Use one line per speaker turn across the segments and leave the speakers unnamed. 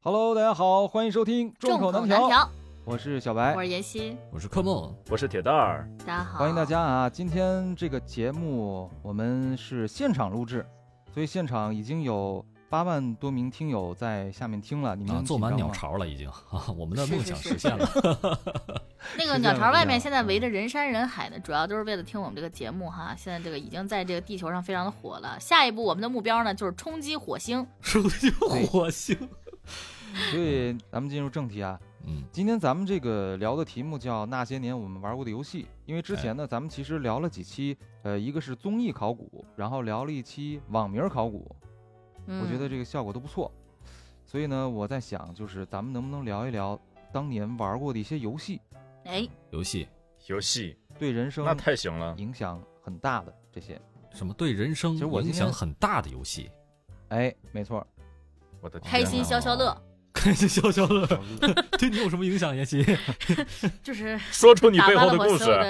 Hello，大家好，欢迎收听《众口难
难
调》，我是小白
我，是妍希，
我是柯梦，
我是铁蛋儿，
大家好，
欢迎大。家啊！今天这个节目我们是现场录制，所以现场已经有八万多名听友在下面听了，你们
啊，做满
紧张
鸟
吗
巢了已经啊，我们的
是
梦
是
想
是
实现了。
那
是
个
这
鸟
样
巢
的
外面
呀
现在围着人山人海的，主要都是为了听我们这个节目
嗯
哈。现在这个已经在这个地球上非常的火了。下一步我们的目标呢，就是冲击火星。
说的就是火星。
所以咱们进入正题啊，
嗯，
今天咱们这个聊的题目叫《那些年我们玩过的游戏》，因为之前
哎
呢，咱们其实聊了几期，呃，一个是综艺考古，然后聊了一期网名考古，
嗯、
我觉得这个效果都不错。所以呢，我在想，就是咱们能不能聊一聊当年玩过的一些游戏，
哎，
游戏
游戏
对人生
那太行了，
影响很大的这些。
什么对人生
其实我今
影
天
响很大的游戏，
哎，没错，
我的天
开
哪，
心消消乐，
开心消消乐， 对你有什么影响？妍希，
就是
说出你
打
背
发
后
了我
故
所有
事，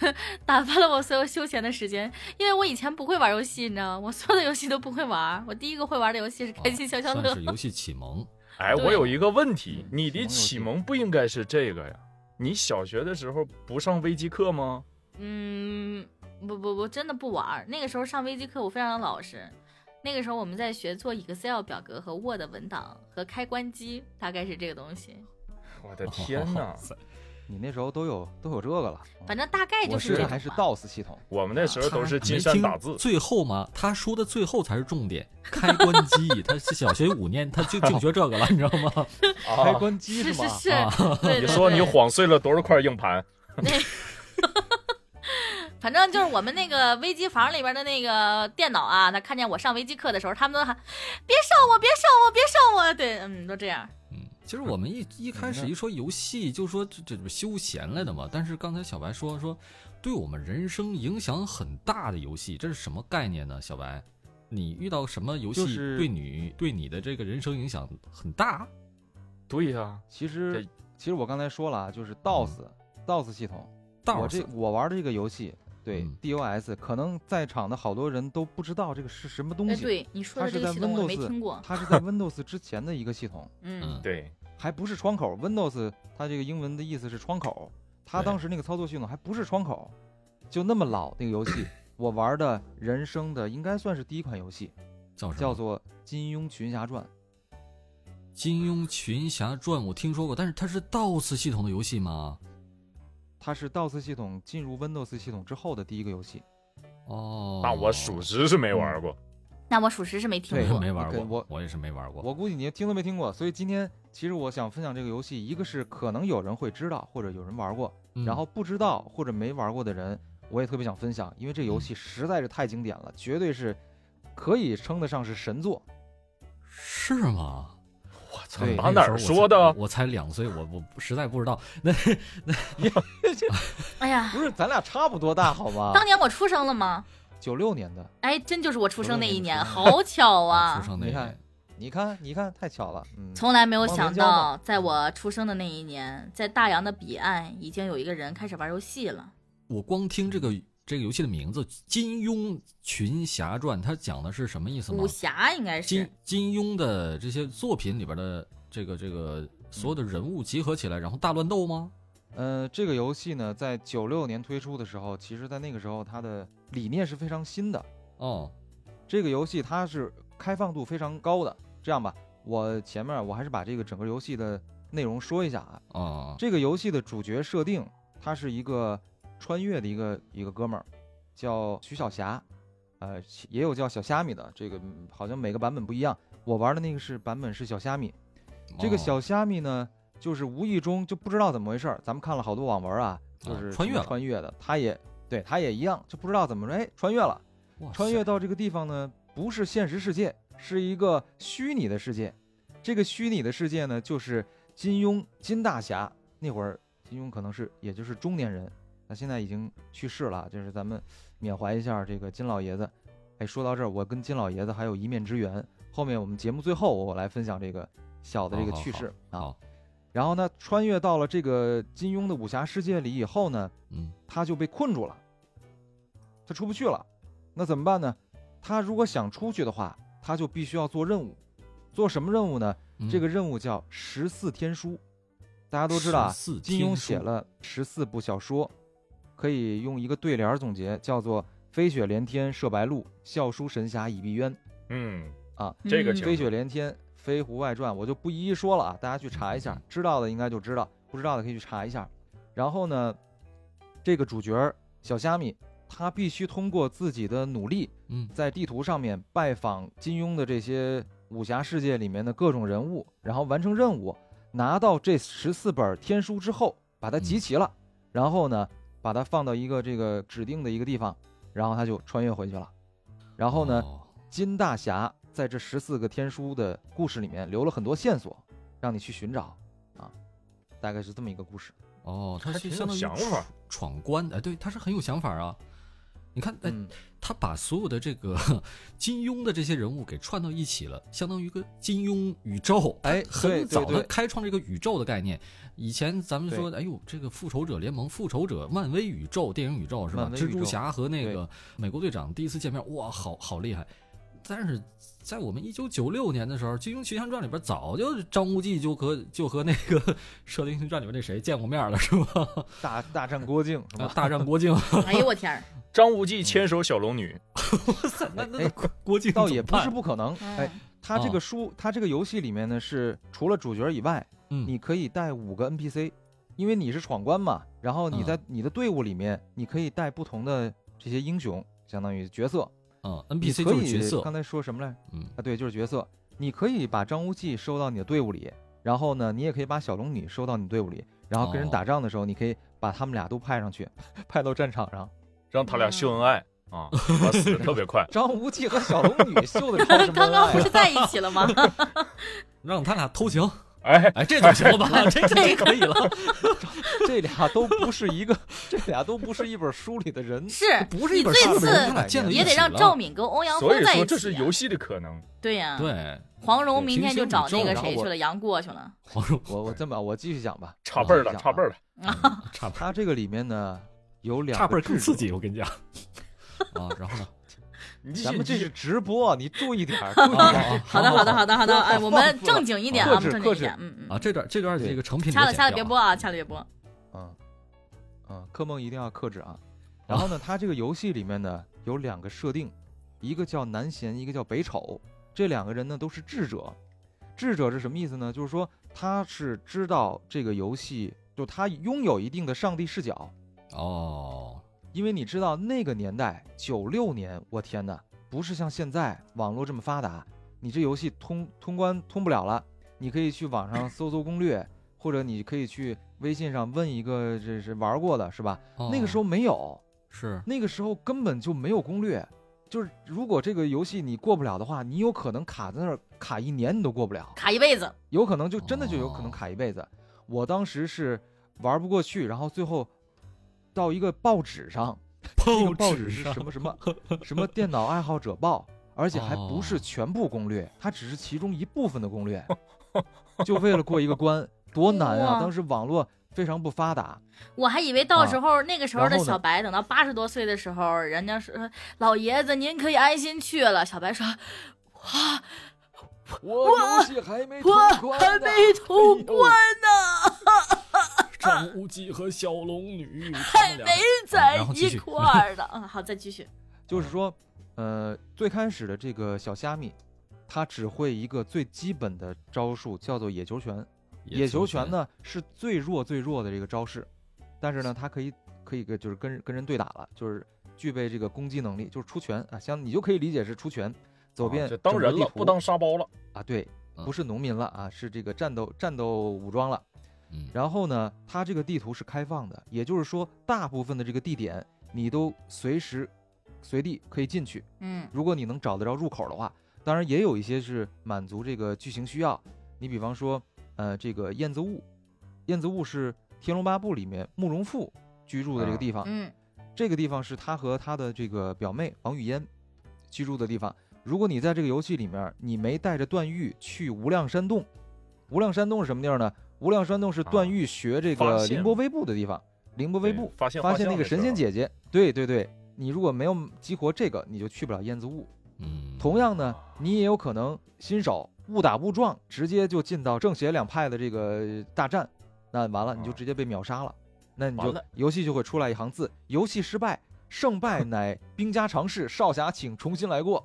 的， 打发了我所有休闲的时间。因为我以前不会玩游戏，你知道吗？我所有的游戏都不会玩。我第一个会玩的游戏 是
哦
开心消消乐
算是。游戏启蒙。
哎，
对
我有一个问题，
启
你
蒙游
的
戏
启蒙不应该是这个呀？你小学的时候不上微机课吗？
嗯，不不不，真的不玩儿。那个时候上微机课我非常的老实。那个时候我们在学做 Excel 表格和 Word 文档和开关机，大概是这个东西。
我的天哪！
你那时候都有都有这个了。啊
反正大概就
我
这
是
种
还是
吧
DOS 系统，
我们那时候都是金
没
山
听
打字，
最后嘛，他说的最后才是重点。开关机，他是小学五年，他就净学这个了，你知道吗？
开
啊，
关机
是
吗
是？是，
啊
对对
你
对。
说你晃碎了多少块硬盘？
反正就是我们那个微机房里边的那个电脑啊，他看见我上微机课的时候，他们都喊：“别上我，别上我，别上我！”对，嗯，都这样。
嗯，其实我们一一开
嗯
始
那
一说游戏，就说这这不是休闲来的嘛。但是刚才小白说说，对我们人生影响很大的游戏，这是什么概念呢？小白，你遇到什么游戏
就是
对你、对你的这个人生影响很大？
对呀，
其实
这
其实我刚才说了啊，就是 DOS，DOS 系统。
大伙
我
儿
这
想
我玩的这个游戏，对
嗯
DOS，可能在场的好多人都不知道这个是什么东
哎，
西。
对你说的
它
这
是在
个系统我都没
Windows
听过。
它是在 Windows 之前的一个系统，
嗯
嗯，
对，
还不是窗口。Windows 它这个英文的意思是窗口，它
对
当时那个操作系统还不是窗口，就那么老那个游 戏，我玩的人生的应该算是第一款游戏，
叫什么？
叫做《金庸群侠传》。
金庸《群侠传》，我听说过，但是它是 DOS 系统的游戏吗？
它是 DOS 系统进入 Windows 系统之后的第一个游戏。
哦，
那我属实是没玩过。
那我属实是没听
对
过。
没玩
你
过，
跟我
也是没玩过。
我估计你听都没听过，所以今天其实我想分享这个游戏，一个是可能有人会知道或者有人玩过，
嗯
然后不知道或者没玩过的人，我也特别想分享，因为这游戏实在是太经典了，绝对是可以称得上是神作。
是吗？
我操
对，
打
那
哪
时候我
儿说
才
的？
我才两岁，我我实在不知道。那
哎呀，
不是，咱俩差不多大好吗？
啊
当年我出生了吗？
九六年的，
哎，真就是我出生那一年，
我说
好巧
出
啊！
生那
你
一
看
年
你看，你看，太巧了，嗯，
从来没有
忘年
想
交
到
嘛，
在我出生的那一年，在大洋的彼岸，已经有一个人开始玩游戏了。
我光听这个这个游戏的名字《金庸群侠传》，它讲的是什么意思吗
武？侠应该
金
是，
金庸的这些作品里边的这个这个所有的人物集合起来，然后大乱斗吗？
呃，这个游戏呢，在九六年推出的时候，其实在那个时候它的理念是非常新的。
哦，
这个游戏它是开放度非常高的。这样吧，我前面我还是把这个整个游戏的内容说一下啊。
哦，
这个游戏的主角设定，他是一个穿越的一个一个哥们儿，叫徐小霞，呃，也有叫小虾米的，这个嗯好像每个版本不一样。我玩的那个是版本是小虾米，这
哦
个小虾米呢，就是无意中就不知道怎么回事儿，咱们看了好多网文啊，就
啊
是
穿越了
穿越的，他也对他也一样，就不知道怎么着，哎，穿越了。
哇塞
穿越到这个地方呢，不是现实世界，是一个虚拟的世界。这个虚拟的世界呢，就是金庸金大侠那会儿，金庸可能是也就是中年人，那现在已经去世了，就是咱们缅怀一下这个金老爷子。哎，说到这儿，我跟金老爷子还有一面之缘，后面我们节目最后我来分享这个小的这个
好好
趣事啊。
好，
然后呢，穿越到了这个金庸的武侠世界里以后呢，
嗯，
他就被困住了，他出不去了。那怎么办呢？他如果想出去的话，他就必须要做任务。做什么任务呢？
嗯
这个任务叫十四天书，大家都知道啊，
14
金
天
庸写
书
了十四部小说，可以用一个对联儿总结，叫做“飞雪连天射白鹿，笑书神侠倚碧鸳
嗯，”
啊，
这个
嗯
行
飞雪连天、飞狐外传，我就不一一说了啊，大家去查一下
嗯，
知道的应该就知道，不知道的可以去查一下。然后呢，这个主角儿小虾米，他必须通过自己的努力，
嗯
在地图上面拜访金庸的这些武侠世界里面的各种人物，然后完成任务，拿到这十四本天书之后，把它集齐了，然后呢，把它放到一个这个指定的一个地方，然后他就穿越回去了。然后呢，
哦
金大侠在这十四个天书的故事里面留了很多线索，让你去寻找啊，大概是这么一个故事。
哦，他
还
是
挺有
相当于
想
闯
法儿
闯关，哎，对，他是很有想法啊。你看，哎，
嗯，
他把所有的这个 金庸的这些人物给串到一起了，相当于一个金庸宇宙。他
哎对
很
对
早的
对
开创这个宇宙的概念。以前咱们说，哎呦，这个复仇者联盟、复仇者、漫威宇宙、电影宇宙是吧？
漫威宇宙
蜘蛛侠和那个美国队长第一次见面，哇，好好厉害。但是在我们一九九六年的时候，《金庸群像传》里边早就张无忌就和就和那个 《射雕英雄传》里边那谁见过面了是吧？
大大战郭靖是
啊
吧？
大战郭靖，
哎呦我天儿，
张无忌牵手小龙女，
那那
哎
那郭郭靖
倒也 不
怎么办
是不可能，哎，
嗯
它这
哦
个书，它这个游戏里面呢是除了主角以外，
嗯
你可以带五个 NPC，因为你是闯关嘛，然后你在
嗯
你的队伍里面，你可以带不同的这些英雄，相当于角色。
嗯
你
，NPC
可
就是
以
角色，
刚才说什么来？
嗯
啊，对，就是角色。你可以把张无忌收到你的队伍里，然后呢，你也可以把小龙女收到你队伍里，然后跟人
哦
打仗的时候，你可以把他们俩都派上去， 派到战场上。。
让他俩秀恩爱啊，我死的特别快
张无忌和小龙 女秀的超什么
刚
恩
刚
爱
不
啊
是在一起了吗？
让他俩偷情，
哎，
哎，这总行了吧？这这这可以了，
这俩都不是一个，这俩都不是一本书里的 人。
是，
不是一本
你
书
最
里边，他
次
俩见到一
也得
起
让
了
赵敏跟欧阳锋
所以
在一起、
说
啊。
这是游戏的可能。
对呀、
对
黄蓉明天就找
平
那个
行宇宙
然
谁
后
去
我
了，杨过去了。
黄蓉
我我这么我继续讲吧，
插辈儿
我
了，
继续讲啊
插辈儿了，
差不多
它这个里面呢有两
差辈
个
儿更
制
刺
度，
激，我跟你讲啊。然后呢？
你继续
咱们这
你继
是
续
直播，你注意点 儿，注意点儿。
好的，好的，好的，好的，哎，我们正经一点啊，我
克制
们正经
克
一
制
点，嗯
啊，
嗯，
这段这段
对
这个成品
掐了
给
掐了，
剪
别
掉
播啊，掐了别播。
嗯嗯，柯梦一定要克制啊。然后呢，它这个游戏里面呢有两个设定，一个叫南贤，一个叫北丑。这两个人呢都是智者。智者是什么意思呢？就是说他是知道这个游戏，就他拥有一定的上帝视角。
哦，
因为你知道那个年代，九六年，我天呐，不是像现在网络这么发达，你这游戏通通关通不了了，你可以去网上搜搜攻略，或者你可以去微信上问一个这是玩过的是吧？那个时候
候
没有，
是
那个时候根本就没有攻略，就是如果这个游戏你过不了的话，你有可能卡在那儿卡一年你都过不了。
卡一辈子，
有可能就真的就有可能
哦
卡一辈子。我当时是玩不过去，然后最后到一个报纸上，那个报纸是什么什 么什么电脑爱好者报，而且还不是
哦
全部攻略，它只是其中一部分的攻略，就为了过一个关，多难啊！
哇
当时网络非常不发达，
我还以为到时候那个时候的
然后呢
小白，等到八十多岁的时候，人家说老爷子您可以安心去了。小白说，哇，
我游戏还没
我还没通关呢，
张无忌和小龙女，
还没在
然后继
一
续
块儿呢。 嗯，好，再继续。
就是说，呃，最开始的这个小虾米，它只会一个最基本的招数，叫做野球拳。野球拳？呢是最弱最弱的这个招式，但是呢，它可以可以跟就是跟跟人对打了，就是具备这个攻击能力，就是出拳啊，像你就可以理解是出拳，走遍
啊这
整
当
个
人
地
了，
图
不当沙包了。
啊，对，
嗯
不是农民了啊，是这个战斗战斗武装了。
嗯，
然后呢，它这个地图是开放的，也就是说，大部分的这个地点你都随时随地可以进去，
嗯，
如果你能找得着入口的话，当然也有一些是满足这个剧情需要。你比方说，呃，这个燕子坞，燕子坞是《天龙八部》里面慕容复居住的这个地方，
嗯，
这个地方是他和他的这个表妹王语嫣居住的地方。如果你在这个游戏里面，你没带着段誉去无量山洞，无量山洞是什么地儿呢？无量山洞是段誉学这
发
个
现
凌波微步的地方，凌波微
对
步。
哎发现
发现那
的
个神
时
仙
候啊
姐姐，对对对，你如果没有激活这个，你就去不了燕子坞。
嗯，
同样呢，你也有可能新手误打误撞直接就进到正邪两派的这个大战，那完了你就
啊
直接被秒杀了，那你就
完了
游戏就会出来一行字：游戏失败，胜败乃兵家常事，少侠请重新来过。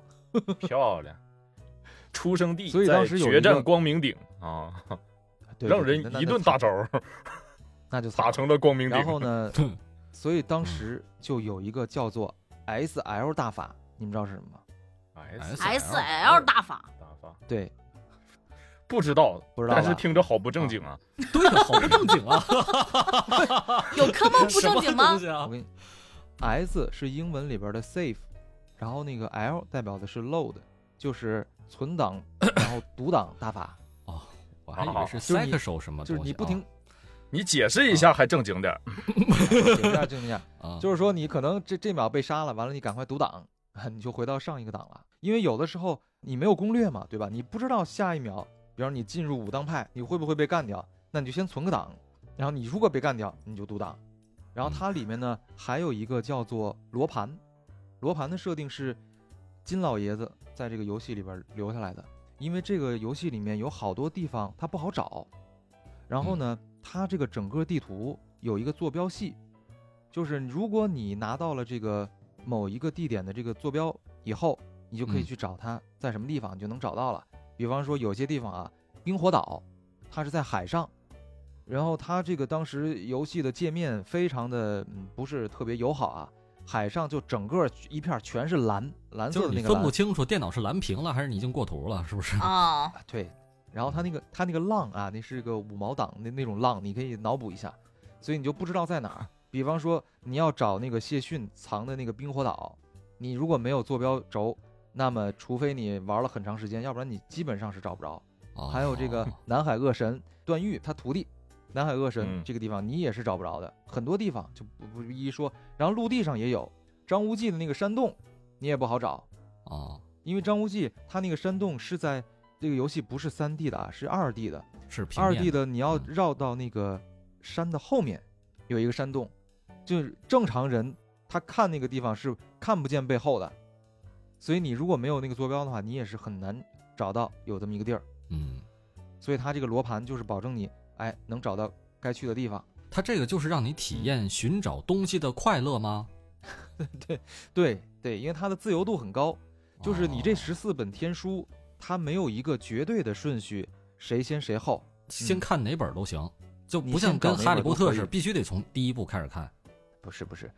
漂亮，出生地
所以
在
当时有一
决战
个
光明顶啊，
对
让
对
人
对那
一
那
顿
惨
大招儿
那就惨
打
了
成嗯了光明顶。
然后 呢，
对，
所以当时就有一个叫做 S L 大法，你们知道是什么吗？
S
S
SL
L 大法，
打发
对，
不知道，
不知道
但是
吧
听着好不正经啊。
对呀，好不正经啊！
有科目不正经
什么
吗
东？西啊
我跟你，S 是英文里边的 save，然后那个 L 代表的是 load，就是存档，然后读档打法，
我还以为是
就是
sack
你
手什么
就
东
是
西啊，
你不 停，
你解释一
啊
下还正经点儿，
这样就那样，
啊，
就是说你可能这这秒被杀了，完了你赶快读档， 你就回到上一个档了，因为有的时候你没有攻略嘛，对吧？你不知道下一秒，比方你进入武当派，你会不会被干掉？那你就先存个档，然后你如果被干掉，你就读档。然后
嗯
它里面呢还有一个叫做罗盘，罗盘的设定是金老爷子在这个游戏里边留下来的，因为这个游戏里面有好多地方它不好找。然后呢，它这个整个地图有一个坐标系，就是如果你拿到了这个某一个地点的这个坐标以后，你就可以
嗯
去找它在什么地方，你就能找到了。比方说有些地方啊，冰火岛，它是在海上，然后它这个当时游戏的界面非常的嗯不是特别友好啊，海上就整个一片全是蓝蓝
就
色
是
的
你
那个
分
蓝
不，清楚电脑是蓝屏了还是你已经过图了，是不是？
啊，
啊对，然后它那个它那个浪啊，那是个五毛档的那种浪，你可以脑补一下，所以你就不知道在哪儿。比方说你要找那个谢逊藏的那个冰火岛，你如果没有坐标轴，那么除非你玩了很长时间，要不然你基本上是找不着。
哦
还有这个南海恶神段誉他徒弟，南海恶神
嗯
这个地方你也是找不着的，很多地方就不不一一说。然后陆地上也有张无忌的那个山洞，你也不好找，
哦，
因为张无忌他那个山洞是在这个游戏不是三 D 的啊，是二 D 的。
是平
二
面
D 的你要
嗯
绕到那个山的后面，有一个山洞，就是正常人他看那个地方是看不见背后的，所以你如果没有那个坐标的话，你也是很难找到有这么一个地儿。
嗯，
所以它这个罗盘就是保证你哎能找到该去的地方。
它这个就是让你体验寻找东西的快乐吗？
对对，因为它的自由度很高，就是你这
哦
十四本天书，它没有一个绝对的顺序，谁先谁后。
先
嗯
看哪本儿都行，就
你
不
先
像
找
跟
哪
哈利
本儿
波
都
特
可
似的，
以
必须得从第一部开始看。
不是不是，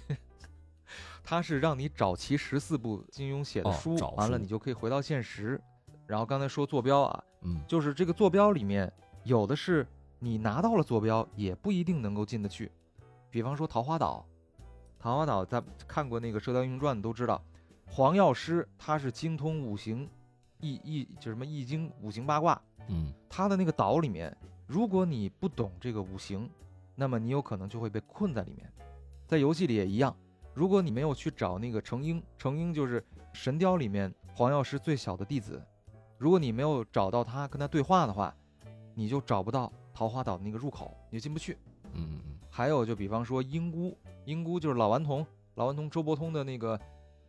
它是让你找齐十四部金庸写的
哦
书，
找
完了
书
你就可以回到现实。然后刚才说坐标啊，
嗯，
就是这个坐标里面有的是你拿到了坐标也不一定能够进得去，比方说桃花岛，桃花岛咱看过那个《射雕英雄传》的都知道，黄药师他是精通五行，易易就什么易经五行八卦，
嗯，
他的那个岛里面，如果你不懂这个五行，那么你有可能就会被困在里面。在游戏里也一样，如果你没有去找那个程英，程英就是《神雕》里面黄药师最小的弟子，如果你没有找到他跟他对话的话，你就找不到桃花岛的那个入口，你就进不去。
嗯嗯
还有就比方说英姑，英姑就是老顽童，老顽童周伯通的那个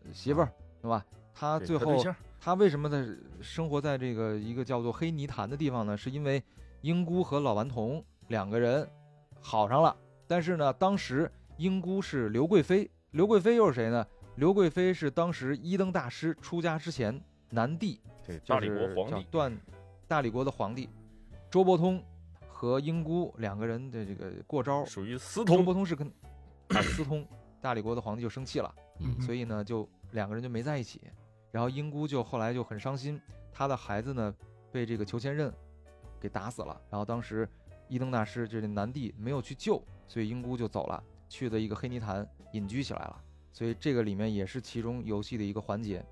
呃媳妇儿，对吧？她
对
最
他对
后
象
他为什么在生活在这个一个叫做黑泥潭的地方呢？是因为英姑和老顽童两个人好上了，但是呢，当时英姑是刘贵妃，刘贵妃又是谁呢？刘贵妃是当时一灯大师出家之前南帝，
对
就
大理
是
国
叫
皇帝
段大理国的皇帝周伯通和英姑两个人的这个过招，
属于私
周伯
通，
通是跟 啊私通，大理国的皇帝就生气了。
嗯嗯，
所以呢，就两个人就没在一起。然后英姑就后来就很伤心，她的孩子呢被这个裘千仞给打死了。然后当时一灯大师就是南帝没有去救，所以英姑就走了，去的一个黑泥潭隐居起来了。所以这个里面也是其中游戏的一个环节。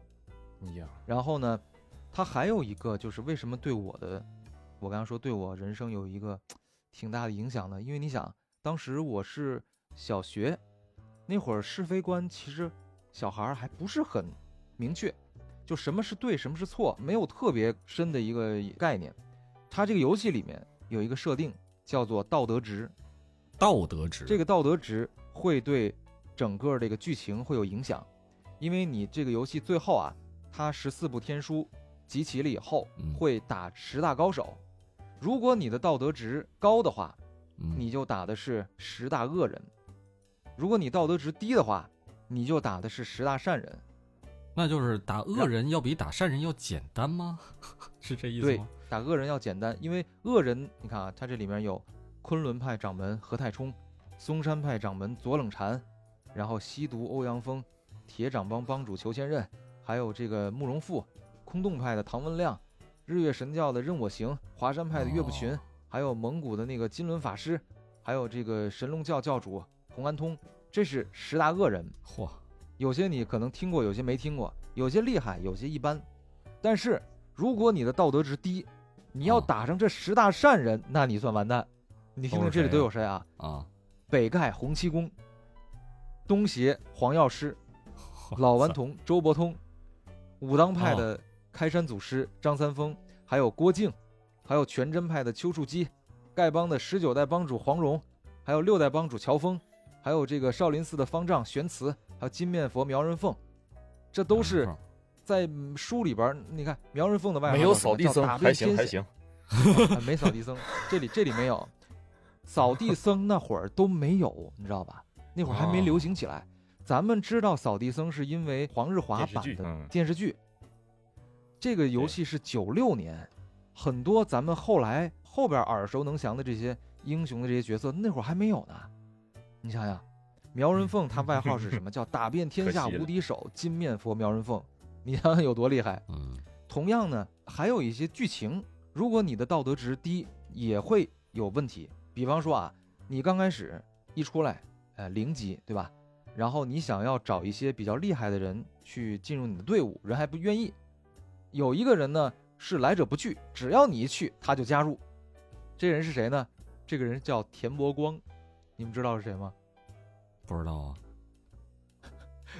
一样
然后呢，它还有一个就是为什么对我的，我刚刚说对我人生有一个挺大的影响呢？因为你想，当时我是小学，那会儿是非观其实小孩儿还不是很明确，就什么是对，什么是错，没有特别深的一个概念。它这个游戏里面有一个设定叫做道德值，
道德值
这个道德值会对整个这个剧情会有影响，因为你这个游戏最后啊，它十四部天书集齐了以后
嗯
会打十大高手。如果你的道德值高的话，
嗯
你就打的是十大恶人；如果你道德值低的话，你就打的是十大善人。
那就是打恶人要比打善人要简单吗？ 是这意思
对
吗？，
打恶人要简单，因为恶人，你看啊，他这里面有昆仑派掌门何太冲，嵩山派掌门左冷禅，然后西毒欧阳锋，铁掌帮帮主裘千仞，还有这个慕容复，空洞派的唐文亮，日月神教的任我行，华山派的岳不群，
哦
还有蒙古的那个金轮法师，还有这个神龙教教主洪安通，这是十大恶人。
嚯，
有些你可能听过，有些没听过，有些厉害，有些一般。但是如果你的道德值低，你要
哦
打上这十大善人，那你算完蛋。你听听
都是
这里
谁
都
呀
有谁啊？
啊！
北丐洪七公，东邪黄药师，老顽童周伯通，武当
哦
派的开山祖师张三丰，还有郭靖，还有全真派的丘处机，丐帮的十九代帮主黄蓉，还有六代帮主乔峰，还有这个少林寺的方丈玄慈，还有金面佛苗人凤，这
嗯
都是在嗯书里边儿。你看苗人凤的外号
没有
叫什么
扫地
叫
僧，
打
还
遍
行
天
还
下
行。
啊没扫地僧，这里这里没有，扫地僧那会儿都没有，你知道吧？那会儿还
哦
没流行起来。咱们知道扫地僧是因为黄日华
电视
版
剧
的
嗯
电视剧，这个游
对
戏是九六年，很多咱们后来后边耳熟能详的这些英雄的这些角色，那会儿还没有呢。你想想，苗人凤他外号是 什么？叫打遍天下
可惜了
无敌手，金面佛苗人凤。你想想有多厉害？
嗯
同样呢，还有一些剧情，如果你的道德值低，也会有问题。比方说啊，你刚开始一出来，呃，零级，对吧？然后你想要找一些比较厉害的人去进入你的队伍，人还不愿意。有一个人呢是来者不拒，只要你一去，他就加入。这人是谁呢？这个人叫田伯光，你们知道是谁吗？
不知道啊，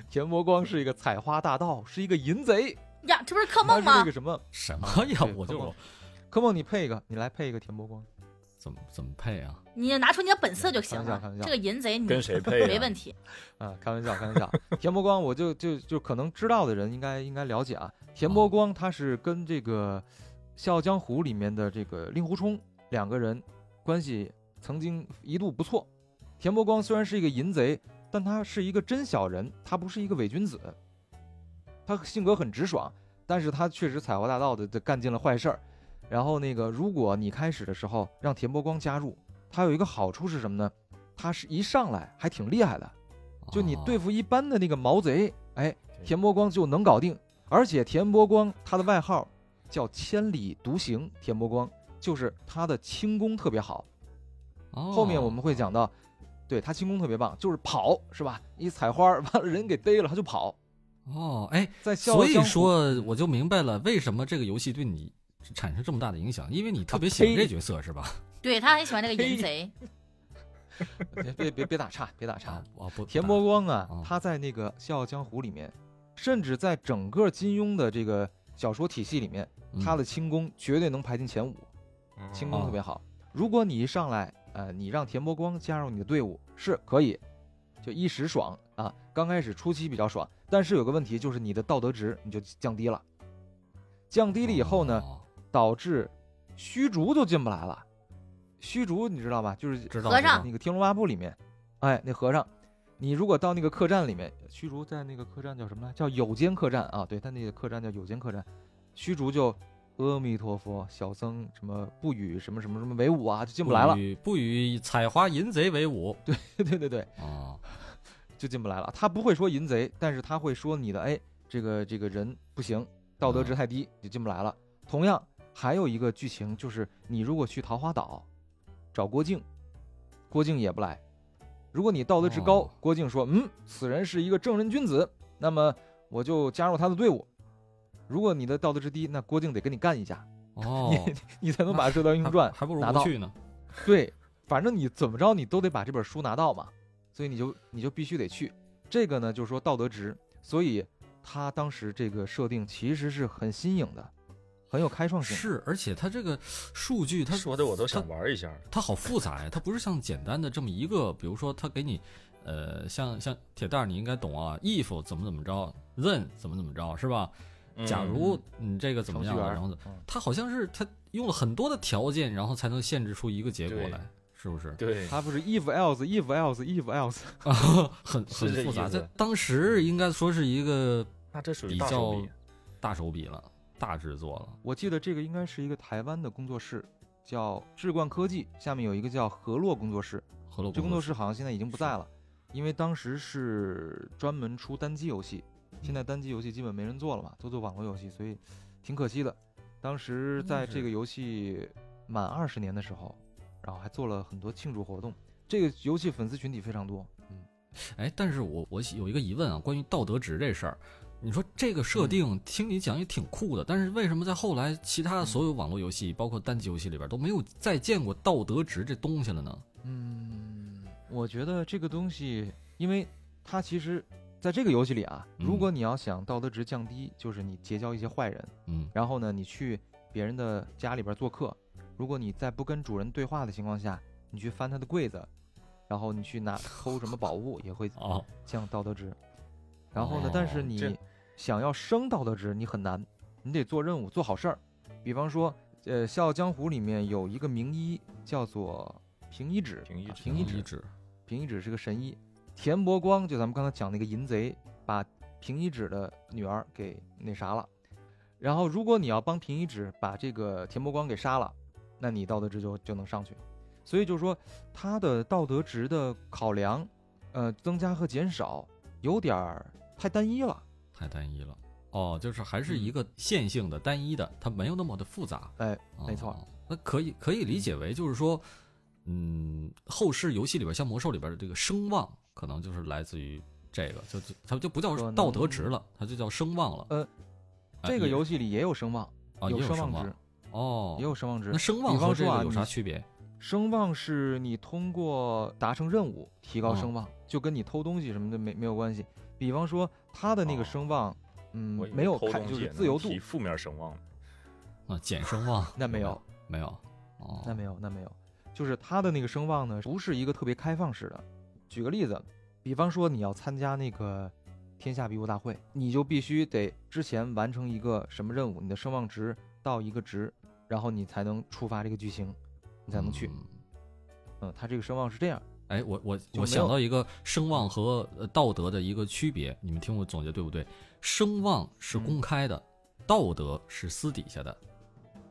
田伯光是一个采花大盗，是一个淫贼，
呀，这不是柯
他
梦
是那
吗
个？什么？
什么呀
啊对？不
我就
不科梦，你配一个，你来配一个田伯光。
怎么怎么配啊？
你拿出你的本色就行
开玩
了
笑开玩。笑
这个淫贼你
跟谁啊配呀
没问题。
啊，开玩笑，开玩笑。田伯光，我就就就可能知道的人应该应该了解啊。田伯光他是跟这个《笑傲江湖》里面的这个令狐冲两个人关系曾经一度不错。田伯光虽然是一个淫贼，但他是一个真小人，他不是一个伪君子。他性格很直爽，但是他确实采花大盗的干尽了坏事儿。然后那个，如果你开始的时候让田伯光加入，他有一个好处是什么呢？他是一上来还挺厉害的，就你对
啊
付一般的那个毛贼，哎，
对
田伯光就能搞定。而且田伯光他的外号叫“千里独行”，田伯光就是他的轻功特别好。
哦
后面我们会讲到，对他轻功特别棒，就是跑是吧？一采花儿完了人给逮了他就跑，
哦，哎，
在《笑傲
所以
江湖
说我就明白了为什么这个游戏对你产生这么大的影响，因为你特别喜欢这角色是吧？
对他很喜欢这个淫贼，
别别别别打岔，别打岔
啊。啊不，
田伯光啊
哦，
他在那个《笑傲江湖》里面，甚至在整个金庸的这个小说体系里面，
嗯
他的轻功绝对能排进前五。
嗯
轻功特别好。如果你一上来，呃，你让田伯光加入你的队伍是可以，就一时爽啊，刚开始初期比较爽，但是有个问题就是你的道德值你就降低了，降低了以后呢，
哦
导致虚竹就进不来了。虚竹你知道吧？就是
知道
和
知道
尚
那个《天龙八部》里面，哎，那和尚，你如果到那个客栈里面，虚竹在那个客栈叫什么来？叫有间客栈啊，对，他那个客栈叫有间客栈，虚竹就阿弥陀佛，小僧什么不与什么什么什么为伍啊，就进不来了
不。与不与采花淫贼为伍
对对对，
啊，
就进不来了。他不会说淫贼，但是他会说你的哎，这个这个人不行，道德值太低，就进不来了。同样还有一个剧情就是，你如果去桃花岛找郭靖，郭靖也不来。如果你道德值高，
哦
郭靖说嗯，此人是一个正人君子，那么我就加入他的队伍。如果你的道德值低，那郭靖得 跟你干一架，
哦，
你才能把《射雕英雄
还
传》
还不如
拿
不
到
去呢。
对，反正你怎么着，你都得把这本书拿到嘛，所以你就你就必须得去。这个呢，就是说道德值，所以他当时这个设定其实是很新颖的，很有开创性。
是，而且它这个数据它
他说的我都
它
想玩一下了。
它好复杂呀，它不是像简单的这么一个，比如说它给你，呃，像像铁蛋儿你应该懂啊，if 怎么怎么着，then 怎么怎么着是吧？
嗯
假如你这个怎么
程序员
样啊，
儿
然后怎
嗯
他好像是他用了很多的条件，然后才能限制出一个结果
对
来，是不是？
对，
他不是 if else if else if else，
啊， 很
是这
很复杂。
意思
在当时应该说是一个
那这属于
比
大手
较
笔，
大手笔了，大制作了。
我记得这个应该是一个台湾的工作室，叫智冠科技，下面有一个叫河洛工作室。
合作
这工
作
作室好像现在已经不在了，因为当时是专门出单机游戏，现在单机游戏基本没人做了嘛，都做网络游戏，所以挺可惜的。当时
应该
在这
是
个游戏满二十年的时候，然后还做了很多庆祝活动。这个游戏粉丝群体非常多，
哎，但是我我有一个疑问啊，关于道德值这事儿，你说这个设定、听你讲也挺酷的，但是为什么在后来其他的所有网络游戏，包括单机游戏里边都没有再见过道德值这东西了呢？
嗯，我觉得这个东西，因为它其实在这个游戏里啊，如
嗯
果你要想道德值降低，就是你结交一些坏人，
嗯
然后呢，你去别人的家里边做客，如果你在不跟主人对话的情况下，你去翻他的柜子，然后你去拿偷什么宝物，也会
哦，
降道德值。然后呢
哦，
但是
这
你想要升道德值，你很难，你得做任务做好事儿。比方说，呃，《笑傲江湖》里面有一个名医叫做平一指，
平一
啊
指
平一
哦
指，平一指是个神医，田伯光就咱们刚才讲那个淫贼，把平一指的女儿给那啥了。然后，如果你要帮平一指把这个田伯光给杀了，那你道德值就就能上去。所以就是说，他的道德值的考量，呃，增加和减少有点儿太单一了。
太单一了。哦，就是还是一个线性的、单一的，它没有那么的复杂。
哎，
哦
没错。
那可以可以理解为就是说，嗯，后世游戏里边像魔兽里边的这个声望，可能就是来自于这个，就就它就不
可
叫
能
道德值了，它就叫声望了。
呃
哎，
这个
也
游戏里也有声望，
啊也
声
声
望值，
哦，
也有声望值
那。声望
比方
和这
说啊
个有啥
你
区别？
声望是你通过达成任务提
嗯
高声望，就跟你偷东西什么的没没有关系。比方说他的那个
哦
声望，嗯
我以，为
没有
偷
太
东
就
西
是
也
自
能
由度
提，负面声望，
啊，减声望
那没有，
没有，哦，
那没有，那没有，就是他的那个声望呢，不是一个特别开放式的。举个例子，比方说你要参加那个天下比武大会，你就必须得之前完成一个什么任务，你的声望值到一个值，然后你才能触发这个剧情，你才能去。
嗯
嗯，他这个声望是这样。
哎，我我
就
我
没有
想到一个声望和呃道德的一个区别，你们听我总结对不对？声望是
嗯
公开的，道德是私底下的。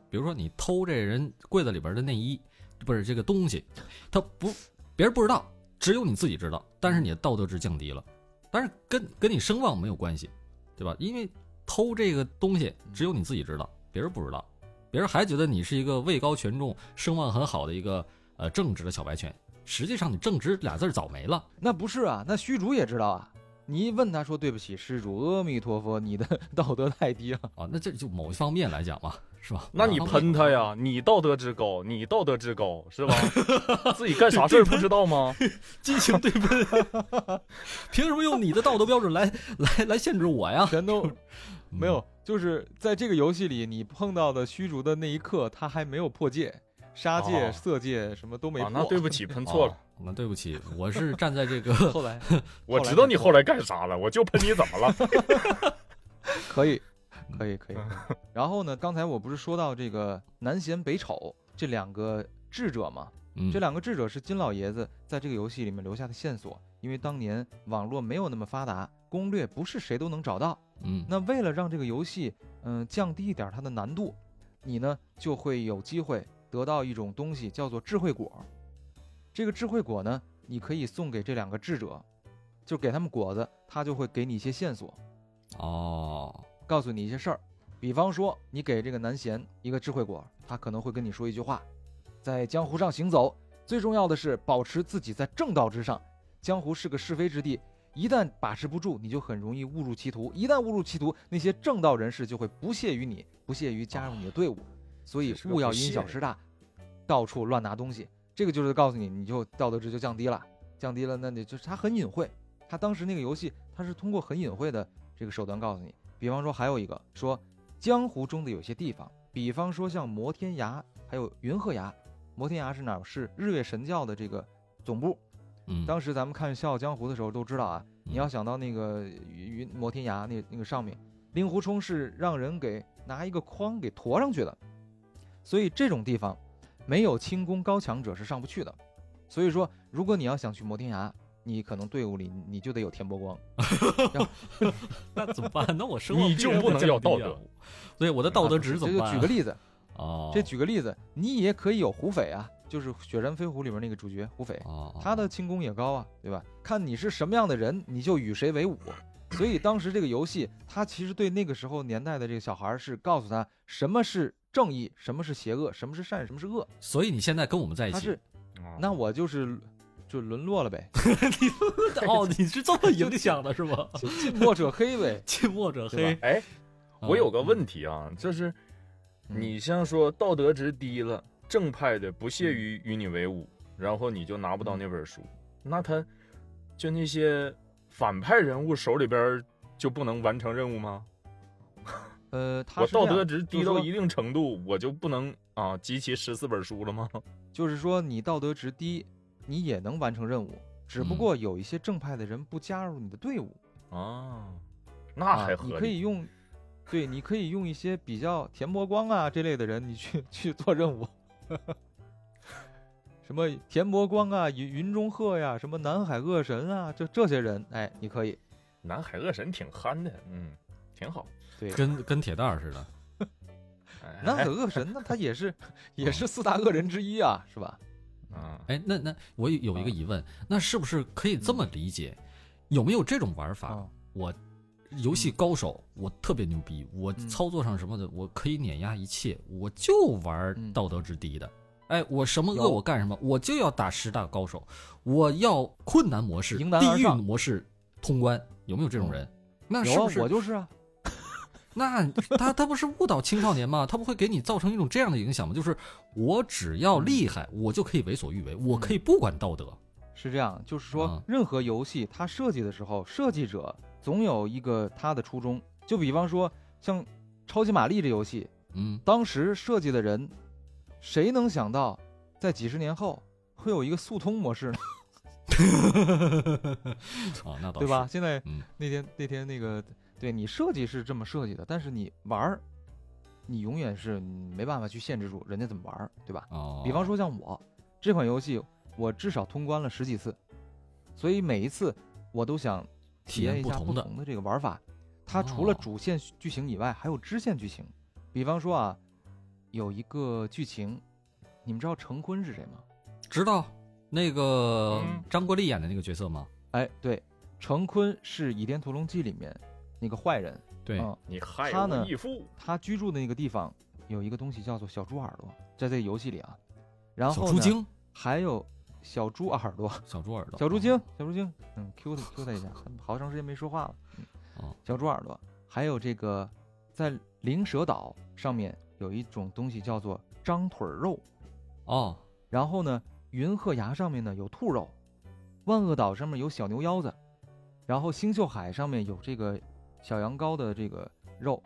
比如说你偷这人柜子里边的内衣，不是这个东西，他不别人不知道，只有你自己知道，但是你的道德值降低了，但是跟跟你声望没有关系，对吧？因为偷这个东西只有你自己知道，别人不知道，别人还觉得你是一个位高权重、声望很好的一个呃正直的小白犬。实际上你正直俩字儿早没了。
那不是啊，那虚竹也知道啊。你一问他说对不起，施主，阿弥陀佛，你的 道德太低了。
啊，那这就某一方面来讲嘛，是吧？
那你
嗯
某一方面
喷他呀？你道德之高，你道德之高是吧？自己干啥事儿不知道吗？
激情对喷， 凭什么用你的道德标准来来来限制我呀？
全都 没有，就是在这个游戏里，你碰到的虚竹的那一刻，他还没有破戒，杀戒、
哦
色戒什么 都没
啊
破。，
那对不起，喷错了
哦。。那对不起，我是站在这个
后来
我知道你后来干啥了，我就喷你怎 么了？
可以，可以，可以。 然后呢，刚才我不是说到这个南贤北丑这两个智者嘛？
嗯
这两个智者是金老爷子在这个游戏里面留下的线索，因为当年网络没有那么发达，攻略不是谁都能找到。
嗯
那为了让这个游戏，嗯、降低一点它的难度，你呢就会有机会得到一种东西，叫做智慧果。这个智慧果呢，你可以送给这两个智者，就给他们果子，他就会给你一些线索，
哦
告诉你一些事儿。比方说，你给这个南贤一个智慧果，他可能会跟你说一句话：在江湖上行走，最重要的是保持自己在正道之上。江湖是个是非之地，一旦把持不住，你就很容易误入歧途。一旦误入歧途，那些正道人士就会不屑于你，不屑于加入你的队伍。所以
这是个
勿要
不
因
屑
小
呀
失大，到处乱拿东西。这个就是告诉你，你就 道德值就降低了，降低了，那你就是他很隐晦。他当时那个游戏，他是通过很隐晦的这个手段告诉你。比方说，还有一个说，江湖中的有些地方，比方说像摩天崖，还有云鹤崖。摩天崖是哪儿？是日月神教的这个总部。
嗯，
当时咱们看《笑傲江湖》的时候都知道啊，你要
嗯
想到那个云云摩天崖那那个上面，令狐冲是让人给拿一个筐给驮上去的，所以这种地方没有轻功高强者是上不去的。所以说，如果你要想去摩天崖，你可能队伍里你就得有田伯光。
那怎么办？那我生活
你
必
就
然
不
会
能
降
要
低
道
啊
德，
所以我的道德值怎么
这就
办
举
啊？
个例子，
哦，
这举个例子，你也可以有胡斐啊，就是《雪山飞狐》里面那个主角胡斐，
哦，
他的轻功也高啊，对吧？看你是什么样的人，你就与谁为伍。所以当时这个游戏，它其实对那个时候年代的这个小孩儿是告诉他什么是正义，什么是邪恶，什么是善，什么是恶。
所以你现在跟我们在一
他
起
是，，
啊
那我就是就沦落了呗，
哦，你是这么影响的是 吗？。
就近墨者黑呗
近墨者
对
黑嗯
吧，
哎，我有个问
题，
题啊，就是
嗯
你像说道德值低了，正派的不
嗯
屑于与你为伍，然后你就拿不到那本书，那他就那些反派人物手里边儿就不能完成任务吗？
呃，他
我
是这
道
样
德值低
就是
到
说
一定程度，我就不能啊集齐十四本书了 吗？
就是说你道德值低，你也能完成任务，只不
嗯
过有一些正派的人不加入你的队伍。
啊，那还合
你
理。
可以用，对，你可以用一些比较田伯光啊这类的人，你去去做任务。 什么田伯光啊、云云中鹤呀、什么南海恶神啊，这这些人，哎，你可以。
南海恶神挺憨的，嗯，挺好。
对，
跟跟铁蛋儿似的。
哎
南海恶神那他也是也是四大恶人之一啊，是吧？
啊，
哎，那那我有一个疑问，那是不是可以这么理解？有没有这种玩法？
啊，
我游戏高手，我特别牛逼，我
嗯
操作上什么的，我可以碾压一切，我就玩
嗯
道德之低的。哎，我什么恶
有
我干什么，我就要打十大高手，我要困难模式、
迎难而
地狱
上
模式通关，有没有这种
嗯
人？那是
有
不
啊，
是
我就是啊，
那他他不是误导青少年吗？他不会给你造成一种这样的影响吗？就是我只要
嗯
厉害，我就可以为所欲为，我可以不管道德。
是这样，就是说
嗯
啊，
任何游戏它设计的时候，设计者总有一个他的初衷。就比方说，像《超级玛丽》这游戏，
嗯，
当时设计的人，谁能想到，在几十年后会有一个速通模式呢？
啊，那倒
对
是
吧？？现在、
嗯
那天那天那个，对你设计是这么设计的，但是你玩儿，你永远是没办法去限制住人家怎么玩儿，对吧？
哦，
比方说像我这款游戏，我至少通关了十几次，所以每一次我都想体
体验
验一
不
下
同
不
的
同的这个玩法。它除了
哦
主线剧情以外，还有支线剧情。比方说啊，有一个剧情，你们知道成坤是谁吗？
知道那个
嗯
张国立演的那个角色吗？
哎，对，成坤是《倚天屠龙记》里面那个坏人，
对
嗯
你害
他
我
呢
义父，
他居住的那个地方有一个东西叫做小猪耳朵，在这个游戏里啊。然
小
后
猪
呢，
精，
还有小猪耳朵，
小猪耳朵，
小猪精，小猪精，嗯，Q 他 Q 他一下，好长时间没说话了。
哦
嗯，小猪耳朵，还有这个在灵蛇岛上面有一种东西叫做张腿肉，
哦，
然后呢，云鹤崖上面呢有兔肉，万恶岛上面有小牛腰子，然后星宿海上面有这个小羊羔的这个肉。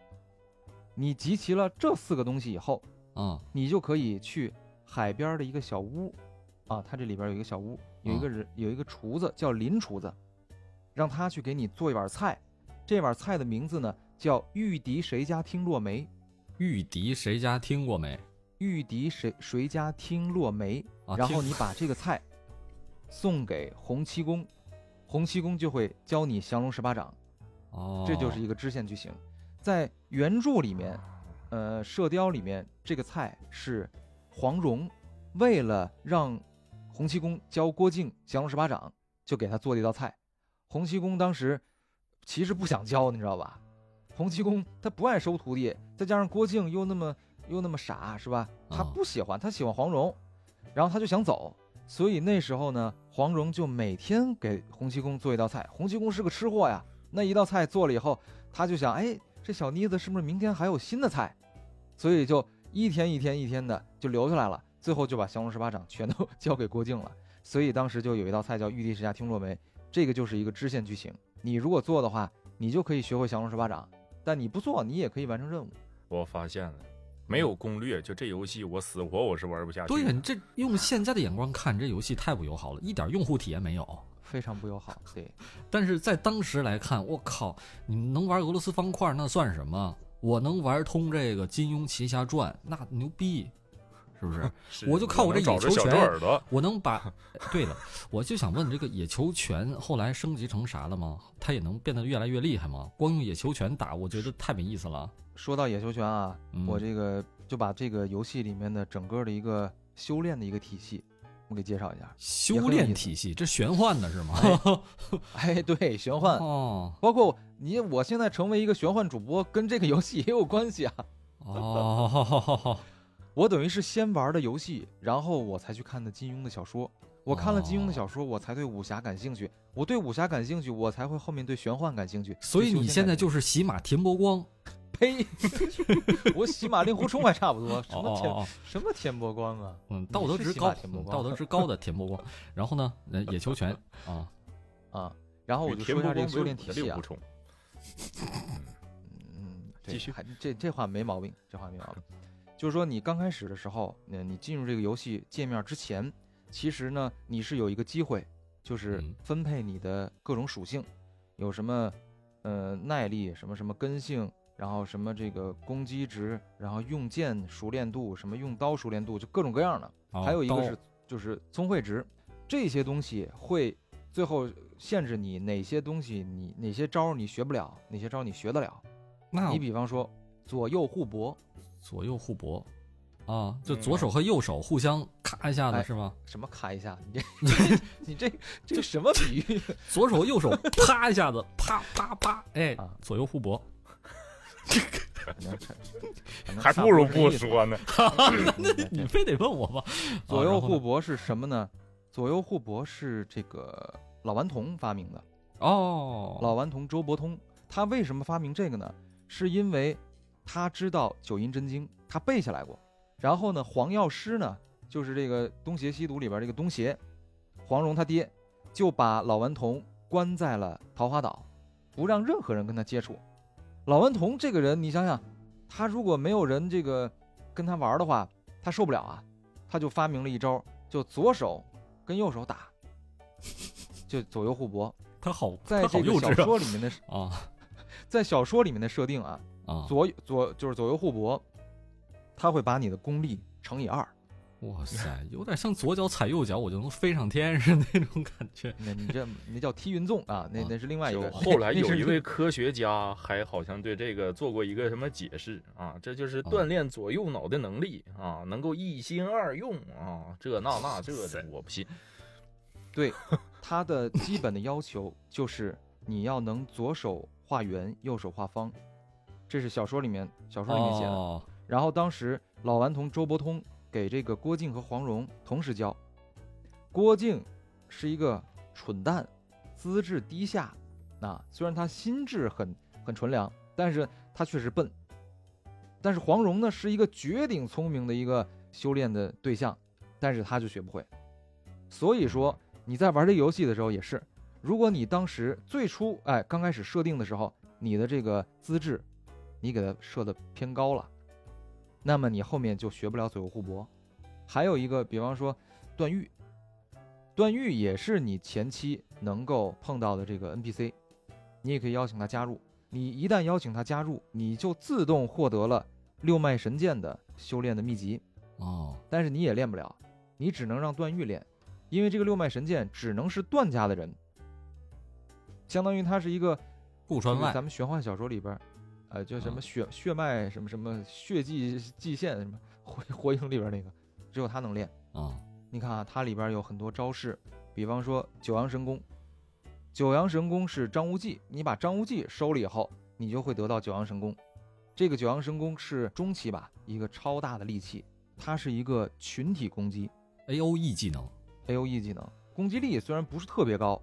你集齐了这四个东西以后，
啊
你就可以去海边儿的一个小屋，啊，它这里边儿有一个小屋，有一个
嗯
人、有一个厨子叫林厨子，让他去给你做一碗菜，这碗菜的名字呢叫玉笛谁家听落梅，
玉笛谁家听过没？
玉笛谁谁家听落梅，
啊，
然后
听
你把这个菜送给洪七公，洪七公就会教你降龙十八掌，
哦，
这就是一个支线剧情。在原著里面，呃，《射雕》里面这个菜是黄蓉为了让洪七公教郭靖降龙十八掌，就给他做了一道菜。洪七公当时其实不想教，你知道吧？洪七公他不爱收徒弟，再加上郭靖又那么又那么傻，是吧？他
哦
不喜欢，他喜欢黄蓉，然后他就想走。所以那时候呢，黄蓉就每天给洪七公做一道菜。洪七公是个吃货呀，那一道菜做了以后，他就想，哎，这小妮子是不是明天还有新的菜？所以就一天一天一天的就留下来了，最后就把降龙十八掌全都 交给郭靖了。所以当时就有一道菜叫玉帝谁家听落梅，这个就是一个支线剧情。你如果做的话，你就可以学会降龙十八掌；但你不做，你也可以完成任务。
我发现了，没有攻略，就这游戏我死活我是玩不下去。
对呀，你这用现在的眼光看，这游戏太不友好了，一点用户体验没有。
非常不友好。对，
但是在当时来看，我靠，你们能玩俄罗斯方块那算什么？我能玩通这个《金庸奇侠传》，那牛逼，是不是？
是
我就靠我这
能找
野
着
球
小
拳
猪耳朵，
我能 把。对了，我就想问，这个野球拳后来升级成啥了吗？它也能变得越来越厉害吗？光用野球拳打，我觉得太没意思了。
说到野球拳啊，
嗯
我这个就把这个游戏里面的整个的一个修炼的一个体系，我给介绍一下。
修炼体系，这玄幻的是吗？
哎，对，玄幻，
哦
包括你，我现在成为一个玄幻主播，跟这个游戏也有关系啊。
哦，
我等于是先玩的游戏，然后我才去看的金庸的小说。我看了金庸的小说，我才对武侠感兴趣。我对武侠感兴趣，我才会后面对玄幻感兴趣。
所以
对修
你
仙
现在
感兴
就是洗马田伯光。
趣呸， 我洗马令狐冲还差不多。什
哦
么
哦
天、
哦，
什么天波光啊？
嗯，道德
你是
值高
喜马田伯，光
道德值高的田伯光。然后呢，呃野球拳啊，
啊，然后我
与
就
田
说一下
伯
这个
光
修
为
炼
伍
体
的
系
六
啊
不。冲，
嗯，
继
对
续
还这这话没毛病，这话没毛 病。就是说，你刚开始的时候，呃，你进入这个游戏界面之前，其实呢，你是有一个机会，就是
嗯
分配你的各种属性，有什么，呃，耐力，什么什么根性，然后什么这个攻击值，然后用剑熟练度，什么用刀熟练度，就各种各样的。
哦
还有一个
刀
是就是聪慧值，这些东西会最后限制你哪些东西你哪些招儿你学不了，哪些招儿你学得了。
哦
那
你比方说左右互搏，
左右互搏啊，就左手和右手互相咔一下子
哎
是吗？
什么咔一下， 你这你这这个什么比喻？
左手右手啪一下子，啪啪啪，哎
啊，
左右互搏。
可能差可能
还
差
不如
是
不
这意思
说呢。
对对
你
对
非得问我吧？
左
啊
右
哦
然后呢
互搏是什么呢？左右互搏是这个老顽童发明的，
哦，
老顽童周伯通，他为什么发明这个呢？是因为他知道九阴真经，他背下来过。然后呢，黄药师呢，就是这个东邪西毒里边这个东邪，黄蓉他爹就把老顽童关在了桃花岛，不让任何人跟他接触。老顽童这个人，你想想，他如果没有人这个跟他玩的话，他受不了啊，他就发明了一招，就左手跟右手打， 就左右互搏。
他好，
在
他好
这个
幼
小
稚
说里面的
啊啊
在小说里面的设定啊，
啊！
左左就是左右互搏，它会把你的功力乘以二。
哇塞，有点像左脚踩右脚，我就能飞上天是那种感觉。
那你这那叫踢云纵啊，那
啊
那是另外一
就
个。
后 来
那
有
是
一位科学家还好像对这个做过一个什么解释啊，这就是
啊
锻炼左右脑的能力啊，能够一心二用啊，这那那这的我不信。
对它的基本的要求就是你要能左手画圆，右手画方，这是小说里面小说里面写的。
哦，
然后当时老顽童周伯通给这个郭靖和黄蓉同时教，郭靖是一个蠢蛋，资质低下，啊，虽然他心智很很纯良，但是他确实笨。但是黄蓉呢，是一个绝顶聪明的一个修炼的对象，但是他就学不会。所以说你在玩这个游戏的时候也是，如果你当时最初哎刚开始设定的时候，你的这个资质，你给它设的偏高了。那么你后面就学不了左右互搏。还有一个，比方说段誉，段誉也是你前期能够碰到的这个 NPC，你也可以邀请他加入。你一旦邀请他加入，你就自动获得了六脉神剑的修炼的秘籍，
哦，
但是你也练不了，你只能让段誉练，因为这个六脉神剑只能是段家的人，相当于它是一个
顾川
就是
外
咱们玄幻小说里边儿，呃，叫什
啊
么血、血脉什么什么血迹迹线什么火火影里边儿那个，只有他能练。
啊，
你看啊，它里边儿有很多招式，比方说九阳神功，九阳神功是张无忌，你把张无忌收了以后，你就会得到九阳神功。这个九阳神功是中期吧，一个超大的利器，它是一个群体攻击
A O E 技能
A O E 技能，攻击力虽然不是特别高，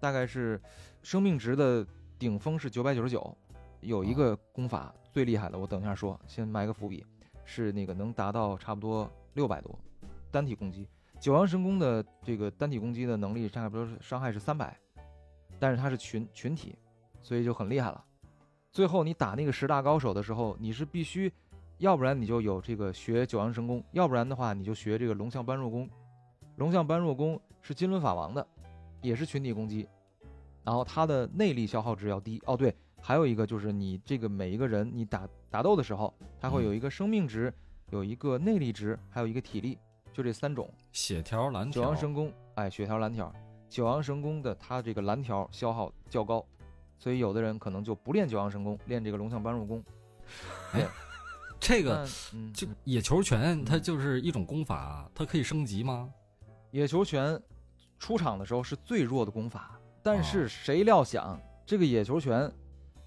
大概是生命值的顶峰是九百九十九。有一个功法最厉害的，我等一下说，先埋个伏笔，是那个能达到差不多六百多，单体攻击。九阳神功的这个单体攻击的能力差不多是伤害是三百，但是它是群群体，所以就很厉害了。最后你打那个十大高手的时候，你是必须，要不然你就有这个学九阳神功，要不然的话你就学这个龙象般若功。龙象般若功是金轮法王的，也是群体攻击，然后它的内力消耗值要低。哦，对，还有一个就是你这个每一个人你打打斗的时候，它会有一个生命值，有一个内力值，还有一个体力，就这三种。
血条、蓝
九
条
阳，神功，哎，血条蓝条，九阳神功的它这个蓝条消耗较高，所以有的人可能就不练九阳神功，练这个龙象般若功。
这个
但嗯，
就野球拳，它就是一种功法，它可以升级吗？
野球拳出场的时候是最弱的功法，但
哦
是谁料想这个野球拳，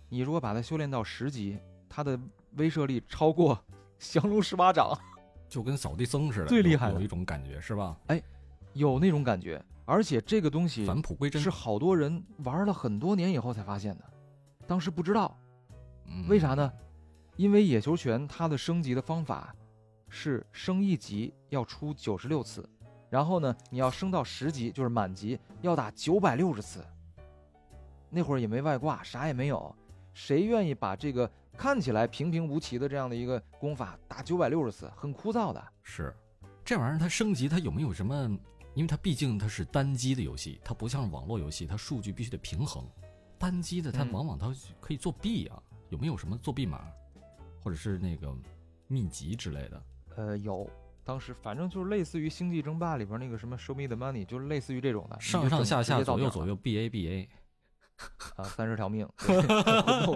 你如果把它修炼到十级，它的威慑力超过 降龙十八掌，
就跟扫地僧似的，
最厉
有
害的
有一种感觉是吧？
有那种感觉。而且这个东西
返璞归真
是，好多人玩了很多年以后才发现的，当时不知道，
嗯
为啥呢？？因为野球拳它的升级的方法是升一级要出九十六次，然后呢，你要升到十级就是满级，要打九百六十次。那会儿也没外挂，啥也没有，谁愿意把这个看起来平平无奇的这样的一个功法打九百六十次，很枯燥的。
是这玩意儿它升级，它有没有什么？因为它毕竟它是单机的游戏，它不像网络游戏，它数据必须得平衡。单机的它
嗯
往往它可以作弊啊，有没有什么作弊码，或者是那个秘籍之类的？
呃，有，当时反正就是类似于《星际争霸》里边那个什么 “Show me the money”，就是类似于这种的，你就
上上
整
下
直接
下
到
左右
顶
左
了
右 B A B A
啊，三十条命， 有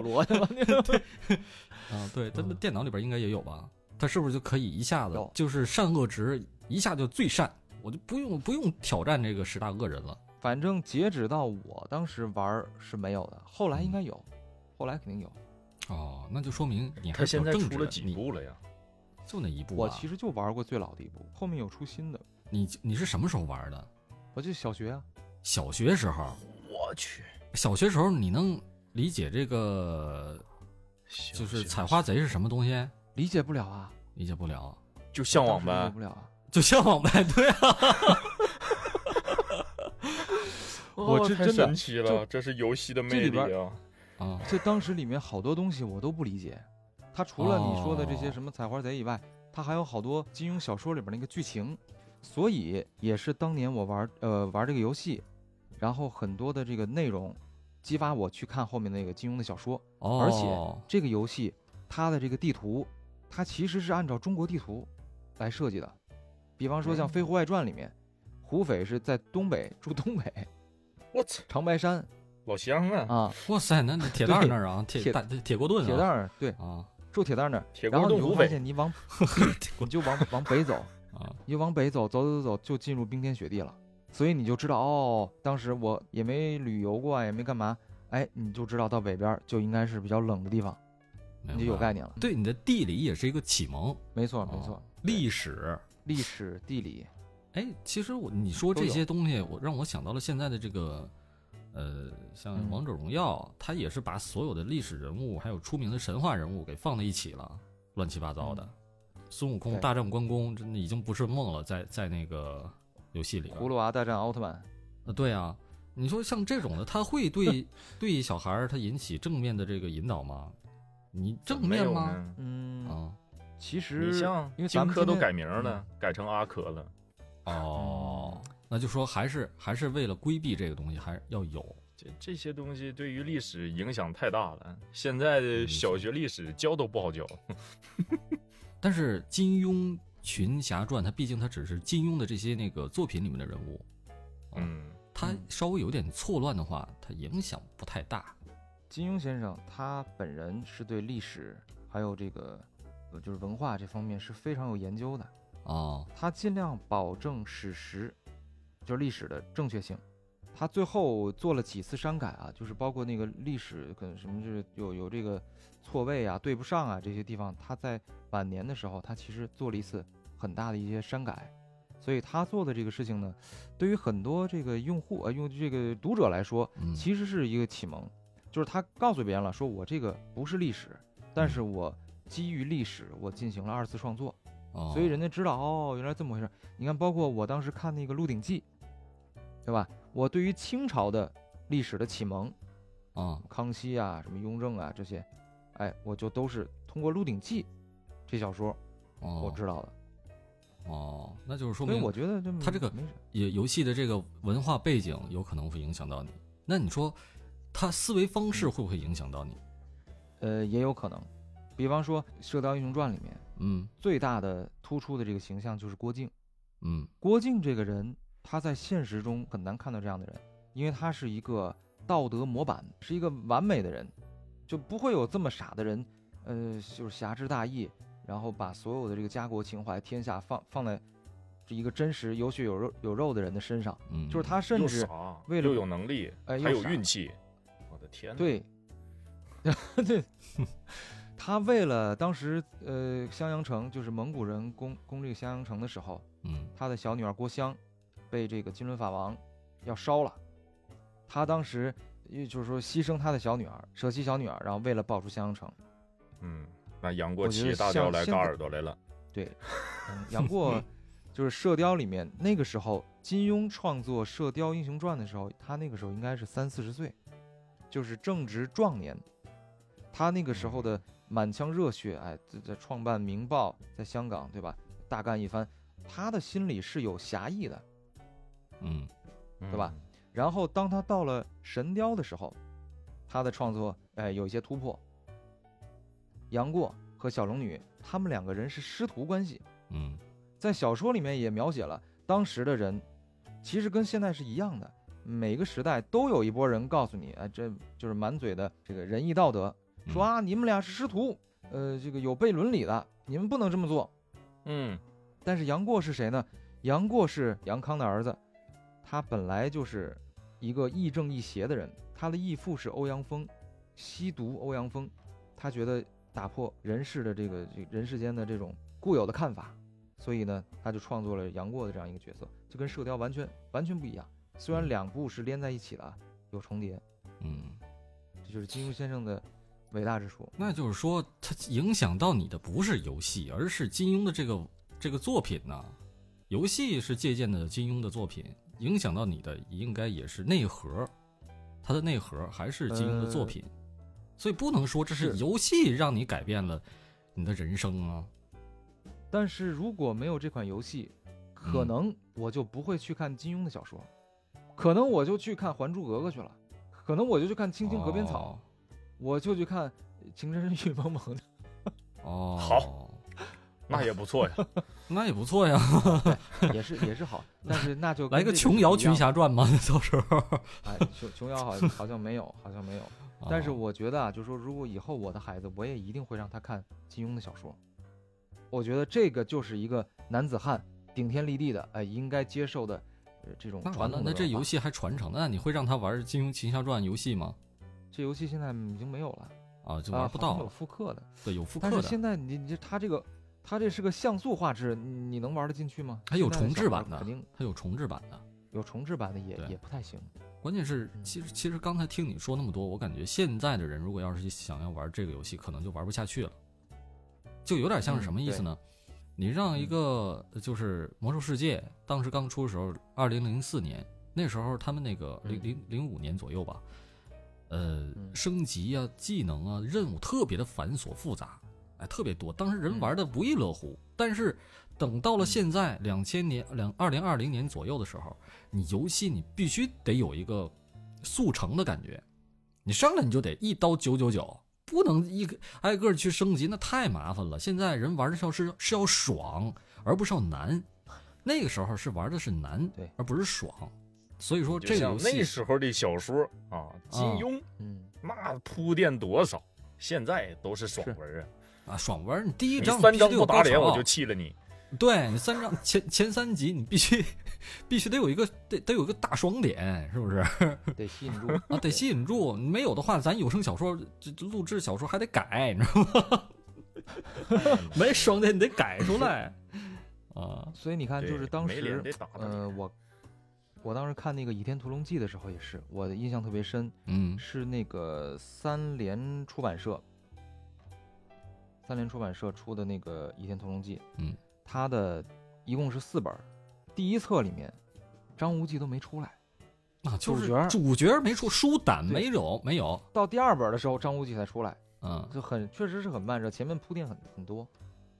逻辑吗？
啊，对，它的
嗯
电脑里边应该也有吧？它是不是就可以一下子
有
就是善恶值一下就最善，我就不用不用挑战这个十大恶人了。
反正截止到我当时玩儿是没有的，后来应该有，后来肯定有。
哦，那就说明你还
他
是
现
比较
在
正
出
直
啊
了
的，
几
你
部了呀？
就那一步、啊。
我其实就玩过最老的一部，后面有出新的。
你你是什么时候玩的？
我就小学啊，
小学时候，
我去，
小学时候你能理解这个
行
就是
行
采花贼是什么东西？
理解不了啊，
理解不了，
就向
当
往
时理
呗
解不。了啊。
就向往呗， 对啊，
我这
太
真的
神奇了，
就
这是游戏的
这
魅
里
力
边
啊！
啊，
这当时里面好多东西我都不理解，它除了你说的这些
哦
什么采花贼以外，它还有好多金庸小说里边那个剧情，所以也是当年我玩呃玩这个游戏，然后很多的这个内容，激发我去看后面那个金庸的小说。
哦，
而且这个游戏它的这个地图，它其实是按照中国地图来设计的。比方说像《
哦
嗯
飞狐外传》里面，胡斐是在东北住东北
我操，
长白山
老乡啊，
啊，
哇塞，那那铁蛋儿那儿啊，铁
铁
大铁锅炖
铁蛋
嗯啊，
儿对，
啊
住铁蛋儿那儿。
铁
然
锅
后你
炖
就
湖
发
北，
现你往你就往往北走，
啊，
你就往北走，走走走就进入冰天雪地了。所以你就知道哦，当时我也没旅游过啊，也没干嘛，哎，你就知道到北边儿就应该是比较冷的地方，
明
你就有
白
概念了。
对你的地理也是一个启蒙，
没错，没
哦
错，
历史。
历史地理。
哎，其实我你说
都
这
有
些东西，我让我想到了现在的这个，呃，像
嗯
王者荣耀，它也是把所有的历史人物还有出名的神话人物给放在一起了，乱七八糟的。孙悟空
嗯对
大战关公，真的已经不是梦了，在在那个游戏里边。
葫芦娃大战奥特曼，
啊，对啊，你说像这种的，他会对 对小孩儿他引起正面的这个引导吗？你正
没
面
有
吗？
呢？
嗯，
啊，
其实
你像
因为咱
荆
们
轲
今
都
天
改名了，改成阿轲了。
哦，那就说还是还是为了规避这个东西，还是要有。
这这些东西对于历史影响太大了，现在的
嗯
小学历史教都不好教。
但是金庸《群侠传》，它毕竟它只是金庸的这些那个作品里面的人物，
嗯，
它
嗯
稍微有点错乱的话，它影响不太大。
金庸先生他本人是对历史还有这个呃就是文化这方面是非常有研究的，
哦，
他尽量保证史实，就是历史的正确性。他最后做了几次删改啊，就是包括那个历史跟什么就是有有这个错位啊、对不上啊这些地方，他在晚年的时候，他其实做了一次很大的一些删改。所以他做的这个事情呢，对于很多这个用户呃用这个读者来说，
嗯，
其实是一个启蒙，就是他告诉别人了，说我这个不是历史，
嗯
但是我基于历史，我进行了二次创作，
哦
所以人家知道哦，原来这么回事儿。你看，包括我当时看那个《鹿鼎记》，对吧？我对于清朝的历史的启蒙，
啊，
康熙啊、什么雍正啊这些，哎，我就都是通过《鹿鼎记》这小说
哦，
我知道的。
哦，那就是说
所以
明
我觉得这
他这个
没啥。
也游戏的这个文化背景有可能会影响到你。那你说，他思维方式会不会影响到你？
呃，也有可能。比方说《射雕英雄传》里面
嗯
最大的突出的这个形象就是郭靖。
嗯
郭靖这个人，他在现实中很难看到这样的人，因为他是一个道德模板，是一个完美的人，就不会有这么傻的人，呃，就是侠之大义，然后把所有的这个家国情怀、天下放放在这一个真实有血有肉有肉的人的身上，
嗯，
就是他甚
又
至
傻，
为了
又有能力，
哎
还
又
有
傻
运气。我的天，，
对， 对，他为了当时呃襄阳城就是蒙古人攻攻这个襄阳城的时候，
嗯
他的小女儿郭襄被这个金轮法王要烧了，他当时也就是说牺牲他的小女儿，舍弃小女儿，然后为了报出襄阳城。
嗯，那杨过
我觉
骑
得
大
像
雕来
现
嘎
在
耳朵来了，
对，嗯、杨过就是《射雕》里面那个时候，金庸创作《射雕英雄传》的时候，他那个时候应该是三四十岁，就是正值壮年。他那个时候的满腔热血，哎，在在创办《明报》，在香港，对吧？大干一番，他的心里是有侠义的。
嗯
对
对吧？然后当他到了《神雕》的时候，他的创作哎有一些突破。杨过和小龙女他们两个人是师徒关系，
嗯
在小说里面也描写了当时的人，其实跟现在是一样的，每个时代都有一波人告诉你，哎，这就是满嘴的这个仁义道德，
嗯
说啊你们俩是师徒，呃，这个有悖伦理的，你们不能这么做。
嗯，
但是杨过是谁呢？杨过是杨康的儿子，他本来就是一个亦正亦邪的人。他的义父是欧阳锋，吸毒欧阳锋，他觉得打破人世的这个这人世间的这种固有的看法，所以呢，他就创作了杨过的这样一个角色，就跟《射雕》完全完全不一样。虽然两部是连在一起的，啊，有重叠，
嗯，
这就是金庸先生的伟大之处。
那就是说，它影响到你的不是游戏，而是金庸的这个这个作品呢、游戏是借鉴的金庸的作品，影响到你的应该也是内核，它的内核还是金庸的作品，所以不能说这是
呃是
游戏让你改变了你的人生啊。
但是如果没有这款游戏，可
嗯
能我就不会去看金庸的小说，可能我就去看《还珠格格》去了，可能我就去看《青青河边草》
哦
我就去看《情深深雨蒙蒙》的。
哦，
好，那也不 错呀。
那也不错呀，
也是也是好， 但是那就
来个
跟
《
这
琼瑶
不一样
群，侠传》嘛，到时候。
哎，琼琼瑶好像好像没有，好像没有。 但是
哦
我觉得啊，就是说，如果以后我的孩子，我也一定会让他看金庸的小说。我觉得这个就是一个男子汉顶天立地的，哎，应该接受的，呃，这种
哦那
传
完了
统，的
那这
文化
游戏还传承？那你会让他玩《金庸群侠传》游戏吗？
这游戏现在已经没有了，
啊，就
啊
玩不
好像
到
有
了。
复刻的。
对，有复
但
刻
是
的，
现在你你它这个，它这是个像素画质，你你能玩得进去吗？
还有
现在的
重置
小孩
版的
肯定
它有重制版的。
有重置版的也
对
也不太行。
关键是，
嗯
其实其实刚才听你说那么多，我感觉现在的人如果要是想要玩这个游戏，可能就玩不下去了，就有点像是
嗯
什么意思呢？你让一个就是《魔兽世界》当时刚出的时候，二零零四年那时候他们那个零
嗯
零零五年左右吧，呃，
嗯
升级啊、技能啊、任务特别的繁琐复杂，哎，特别多，当时人
嗯
玩的不亦乐乎。但是等到了
嗯
现在两千年两二零二零年左右的时候，你游戏你必须得有一个速成的感觉，你上来你就得一刀九九九，不能一个挨个去升级，那太麻烦了。现在人玩的是要是是要爽，而不是要难。那个时候是玩的是难，
对
而不是爽。所以说
就
这个
像
游戏
那时候的小说啊，金庸
嗯，
那铺垫多少，现在都是爽文啊！
啊，爽文你第一
你
章
三
必须
张
得有
不打
高
脸，我
潮
就气 了你。
对你三章前前三集你必须 必须得有一个得得有一个大爽点，是不是？
得吸引住
啊，得吸引住。没有的话，咱有声小说这这录制小说还得改，你知道吗？
嗯
没爽点你得改出来 啊。
所以你看，就是
对
当
没脸
时
得打他
呃，我我当时看那个《倚天屠龙记》的时候也是，我的印象特别深，
嗯
是那个三联出版社，三联出版社出的那个《倚天屠龙记》，
嗯，
它的一共是四本儿，第一册里面张无忌都没出来。
啊，就
主
是
角儿
主角没出，书胆
对
没有，没有，
到第二本的时候，张无忌才出来，
嗯
就很确实是很慢热，前面铺垫很很多，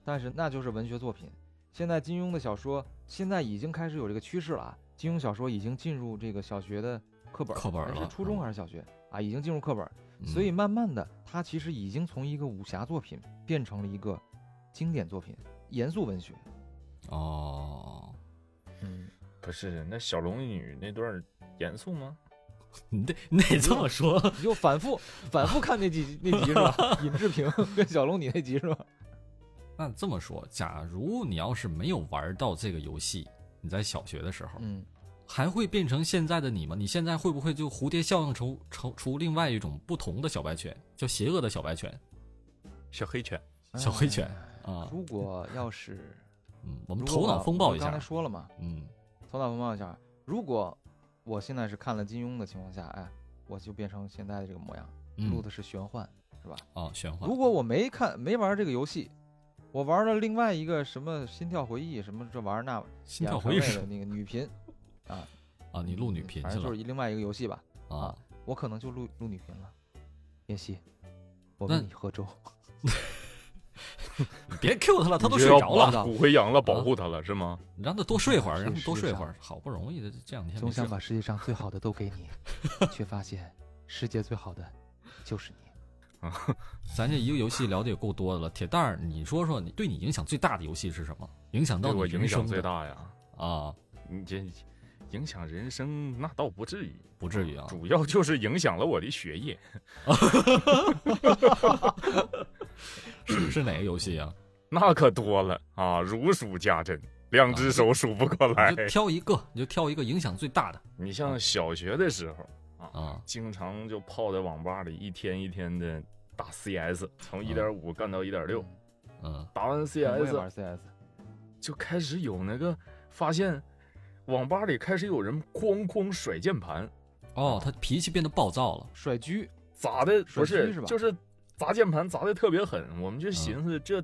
但是那就是文学作品。现在金庸的小说现在已经开始有这个趋势了啊，金庸小说已经进入这个小学的课本儿，
课本儿
哎是
了
初中
嗯
还是小学啊？已经进入课本儿，
嗯
所以慢慢的，它其实已经从一个武侠作品变成了一个经典作品，严肃文学。
哦，
嗯，
不是那小龙女那段儿严肃吗？
你得你得这么说，
你就反复反复看那几那集是吧？尹志平 跟小龙你那集是吧？
那这么说，假如你要是没有玩到这个游戏，你在小学的时候，
嗯，
还会变成现在的你吗？你现在会不会就蝴蝶效应出出出另外一种不同的小白犬，叫邪恶的小白犬、
小黑犬，
小黑犬
哎。
啊？
如果要是
嗯，我们
如
头
果
脑
我
风暴
我
一
刚才
下，
说了嘛，
嗯，
头脑风暴一下，如果我现在是看了金庸的情况下，哎，我就变成现在的这个模样，录
嗯
的是玄幻。
啊，玄幻
如，果我没看没玩这个游戏，我玩了另外一个什么《心跳回忆》什么这玩意儿那
心跳回忆
演
是
成那个那个女频
啊，你录女频
反
去
正就
了
是另外一个游戏吧，
啊？
我可能就录录女频了。妍希，我
那
问你何州，
你别 Q 他了，他都
你是
睡
要
着
把
了，
骨灰扬了，保
啊
护他了是吗？
你让他多睡会儿，
是
让他多
实际
睡
上
会儿，好不容易的这两天
总
没睡
想把世界上最好的都给 你，却发现世界最好的就是你。
咱这一个游戏聊的也够多的了，铁蛋儿，你说说你对你影响最大的游戏是什么？影响到
对
你
我影
人
响
生
最
的
大呀。
啊？
你这影响人生那倒不至于，
不至于啊，
主要就是影响了我的学业。
是是哪个游戏啊？
那可多了啊，如数家珍，两只手数不过来
你。就挑一个，你就挑一个影响最大的
你像小学的时候啊，
啊
经常就泡在网吧里，一天一天的打 CS，从
嗯
一点五干到一点六，
嗯，
打
我
完
也
CS
玩 CS，
就开始有那个发现，网吧里开始有人哐哐甩键盘，
哦，他脾气变得暴躁了，
甩狙，
砸的
甩
不是
狙是吧
就是砸键盘砸的特别狠，我们就寻思这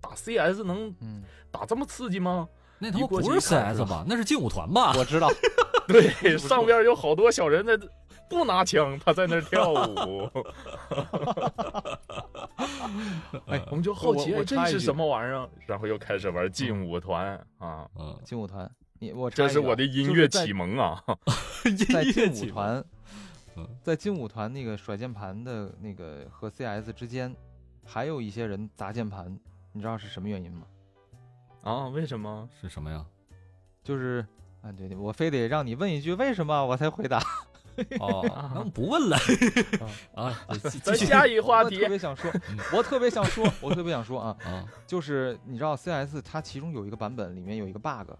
打 CS 能
嗯，
打这么刺 激吗？
那他妈
一过去
不是
一看
CS 吧？那是劲舞团吧？
我知道，
对，上边有好多小人在不拿枪，他在那儿跳舞。 哎，我们就好奇，
我我
哎这
插一
是
句
什么玩意儿？然后又开始玩劲舞团啊，
嗯，
劲舞团，你我插
这
一
是
句啊
我的音乐
就是在
启蒙啊！
在劲
音乐
舞
节目
团
嗯，
在劲舞团那个甩键盘的那个和 CS 之间，还有一些人砸键盘，你知道是什么原因吗？
啊，为什么？
是什么呀？
就是啊，对对，我非得让你问一句为什么，我才回答。
哦，那我们不问了 啊，继
咱
续
下一话
我特
题
别 想说
嗯，
我特别想说， 我特别想说啊，
啊，
就是你知道 CS 它其中有一个版本里面有一个 bug，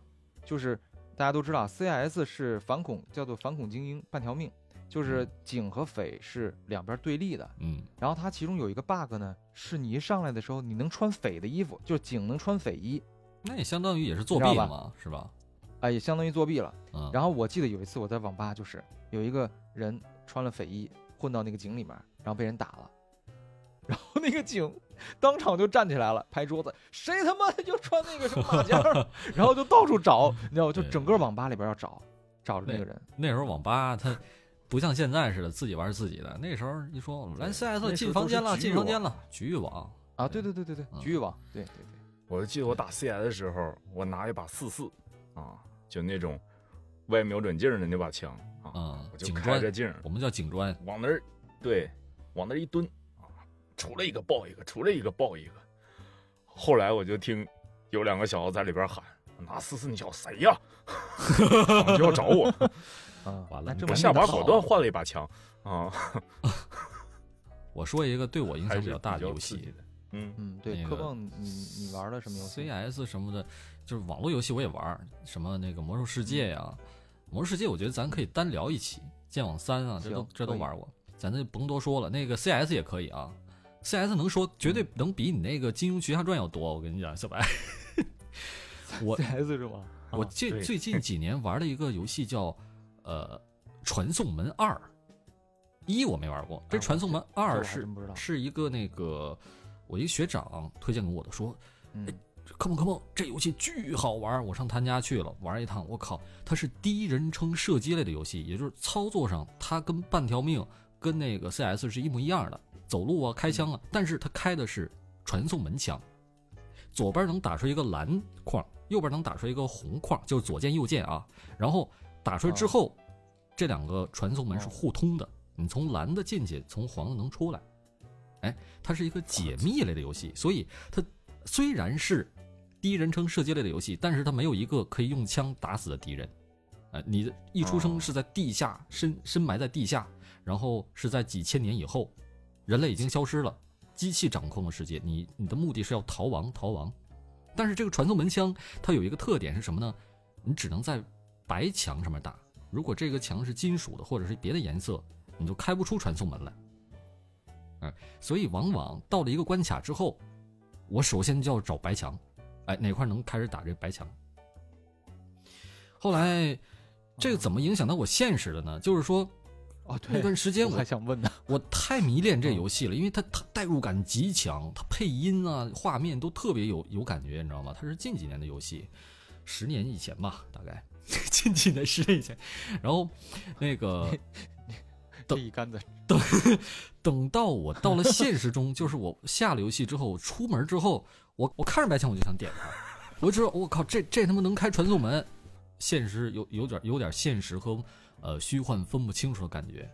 就是大家都知道 CS 是反恐，叫做反恐精英半条命，
嗯
就是警和匪是两边对立的。
嗯
然后它其中有一个 bug 呢，是你一上来的时候你能穿匪的衣服，就是警能穿匪衣，
那也相当于也是作
你
弊
知道吧
嘛，是吧？
哎，也相当于作弊了。
嗯，
然后我记得有一次我在网吧，就是有一个人穿了匪衣混到那个井里面，然后被人打了，然后那个警当场就站起来了，拍桌子，谁他妈就穿那个什么马甲儿，然后就到处找，你知道吗？就
对
整个网吧里边要找，找着那个人。
那时候网吧它不像现在似的自己玩自己的，那时候一说来 CS
那时
进
候
房
都是
间了，
局
进房
网
间了，局域网
啊，对对对对对，
嗯
局域网，对对对，
我就记得我打 CS 的时候，我拿一把四四啊，就那种外瞄准镜的那把枪啊，
啊
我，就
警
开
专
着，镜儿
我们叫警专，
往那儿，对，往那儿一蹲啊，出来一个抱一个，出来一个抱一个。后来我就听有两个小子在里边喊：“拿四四，你小子谁呀？ 怎么就要 找我
啊，
完了
那这？”么
我
赶紧
下把
跑
果断换了一把枪啊，
我说一个对我影
还
响
是
比较大的
比
游
刺激
戏
的。嗯，
嗯，对，
那
科
个
梦，你你玩的什么游戏？
，CS 什么的，就是网络游戏我也玩儿，什么那个魔兽世界呀、
嗯
魔兽世界我觉得咱可以单聊一期，剑网三啊，这都
行
这都
可以
玩过，咱这甭多说了。那个 CS 也可以啊，CS 能说绝
嗯
对能比你那个《金庸群侠传》要多，我跟你讲，小白。
啊
我
CS 是吗？
我
啊
近
对
最近几年玩了一个游戏叫呃《传送门二》，一我没玩过，这《
啊
传
我
送门
这
二
我》还
是
真不知道
是一个那个我一个学长推荐给我的，说
嗯，
科梦科梦，这游戏巨好玩儿！我上他家去了玩一趟，我靠，它是第一人称射击类的游戏，也就是操作上它跟半条命跟那个 CS 是一模一样的，走路啊、开枪啊，但是它开的是传送门枪，左边能打出一个蓝框，右边能打出一个红框，就是左键右键啊。然后打出来之后，这两个传送门是互通的，你从蓝的进去，从黄的能出来。哎，它是一个解密类的游戏，所以它虽然是第一人称射击类的游戏，但是它没有一个可以用枪打死的敌人。呃，你的一出生
哦
是在地下深深埋在地下，然后是在几千年以后，人类已经消失了，机器掌控了世界。你你的目的是要逃亡，逃亡。但是这个传送门枪它有一个特点是什么呢？你只能在白墙上面打，如果这个墙是金属的或者是别的颜色，你就开不出传送门来。哎，所以往往到了一个关卡之后，我首先就要找白墙，哎，哪块能开始打这白墙。后来，这个怎么影响到我现实的呢？就是说
哦，
那
对，
段时间
我
我
还嗯想问 呢。
我太迷恋这游戏了，因为它它代入感极强，它配音啊、画面都特别有有感觉，你知道吗？它是近几年的游戏，十年以前吧，大概 近几年十年以前。然后那个
这一竿子
等到我到了现实中，就是我下了游戏之后，我出门之后，我我看着白墙我就想点它，我就知道我靠，这这他妈能开传送门，现实有有点有点现实和呃虚幻分不清楚的感觉。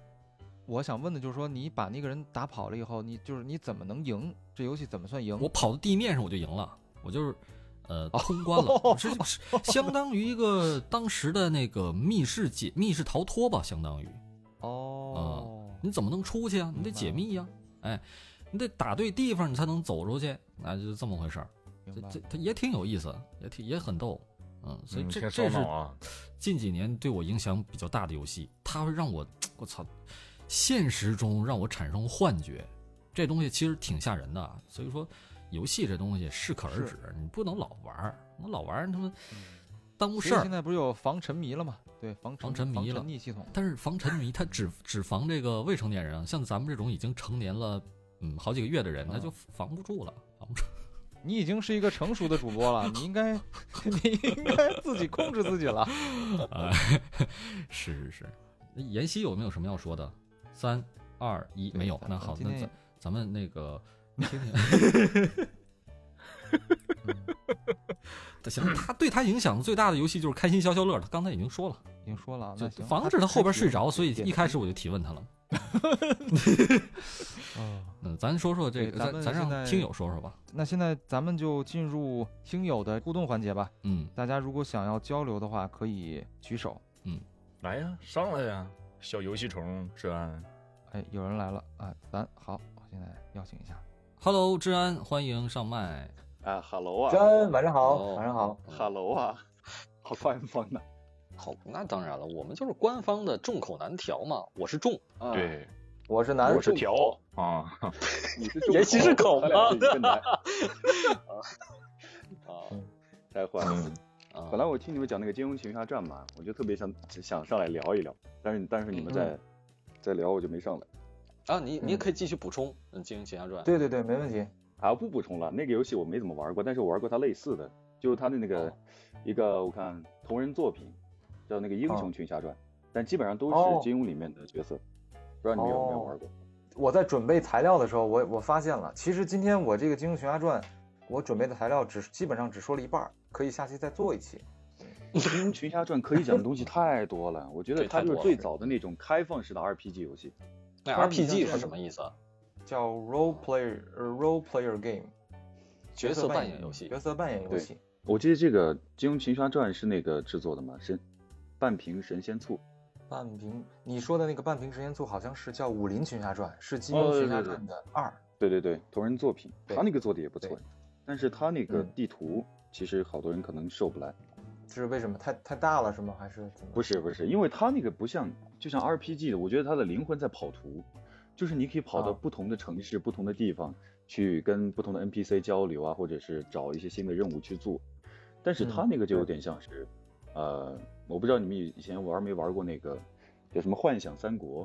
我想问的就是说，你把那个人打跑了以后，你就是你怎么能赢？这游戏怎么算赢？
我跑到地面上我就赢了，我就是呃
哦
通关了，是是相当于一个当时的那个密室解密室逃脱吧，相当于
哦，
你怎么能出去啊？你得解密呀、哎，你得打对地方你才能走出去，那、就是这么回事儿。
明
啊这
白
这它也挺有意思，也挺也很逗，嗯，所以
啊嗯
这、
挺烧
这是
脑啊。
近几年对我影响比较大的游戏，它会让我我操，现实中让我产生幻觉，这东西其实挺吓人的啊。所以说，游戏这东西适可而止，你不能老玩儿，你老玩儿他妈
嗯
耽误
不
事
现
儿。
在不是有防沉迷了吗？对，防
防沉迷
防
了
沉溺系统。
但是防沉迷，它只只防这个未成年人啊，像咱们这种已经成年了，嗯，好几个月的人，他就防不住了，防不住。
你已经是一个成熟的主播了，你应 该你应该自己控制自己了。
啊， 是是是。那妍希有没有什么要说的？三二一，没有。
咱
那
咱
好，
今
那
天
咱咱们那个听听。
嗯
嗯行，他对他影响最大的游戏就是开心消消乐，他刚才已经说了，
已经说了，啊
就
那行，
防止他后边睡着，所以一开
始，
始我就提问他了。
哦
嗯，咱说说这
对
个，
咱们
咱咱
现在
让听友说说吧。
那现在咱们就进入听友的互动环节吧。
嗯，
大家如果想要交流的话，可以举手。
来呀，上来呀，小游戏虫治安。
哎，有人来了啊，咱好，我现在邀请一下。
Hello，治安，欢迎上麦。
啊哈喽啊，
真，晚上好，
Hello
晚上好。
哈喽啊，好啊官方的。
好，那当然了，我们就是官方的众口难调嘛。我是众，
嗯，
啊
对
我是男，
我是条，
啊，
你是
也许是狗
他俩
吗
是一个男。
啊
待会儿，
嗯，
啊，
本来我听你们讲那个《金庸群侠传》嘛，我就特别想想上来聊一聊，但是但是你们在在聊，我就没上来。
啊，你你也可以继续补充，嗯，《金庸群侠传》
对对对，没问题。
啊，不补充了，那个游戏我没怎么玩过，但是我玩过它类似的，就是它的那个
哦
一个我看同人作品叫那个《英雄群侠传》，但基本上都
哦
是金庸里面的角色，不知道你们有没有
哦
玩过？
我在准备材料的时候，我我发现了，其实今天我这个《金庸群侠传》，我准备的材料只基本上只说了一半儿，可以下期再做一期。
《金庸群侠传》可以讲的东西太多了，我觉得
对
它
太
就是
多了
最早的那种开放式的 RPG 游戏。
那
突然你像
RPG
这
是
样
什么意思啊？
叫 role player 呃 role player game
角色扮演
演
游戏
角色扮演游
对
戏。
我记得这个《金庸群侠传》是那个制作的嘛，神半瓶神仙醋。
半瓶，你说的那个半瓶时间醋好像是叫《武林群侠传》，是《金庸
哦对
群侠
对对
传》的二。
对对对，同人作品，
对
他那个做的也不错
对，
但是他那个
嗯
地图、其实好多人可能受不来。
这是为什么？太太大了是吗？还是怎么？
不是不是，因为他那个不像，就像 RPG 的，我觉得他的灵魂在跑图，就是你可以跑到
啊
不同的城市、不同的地方去跟不同的 NPC 交流啊，或者是找一些新的任务去做。但是他
嗯
那个就有点像是，呃，我不知道你们以前玩没玩过那个叫什么《幻想三国》，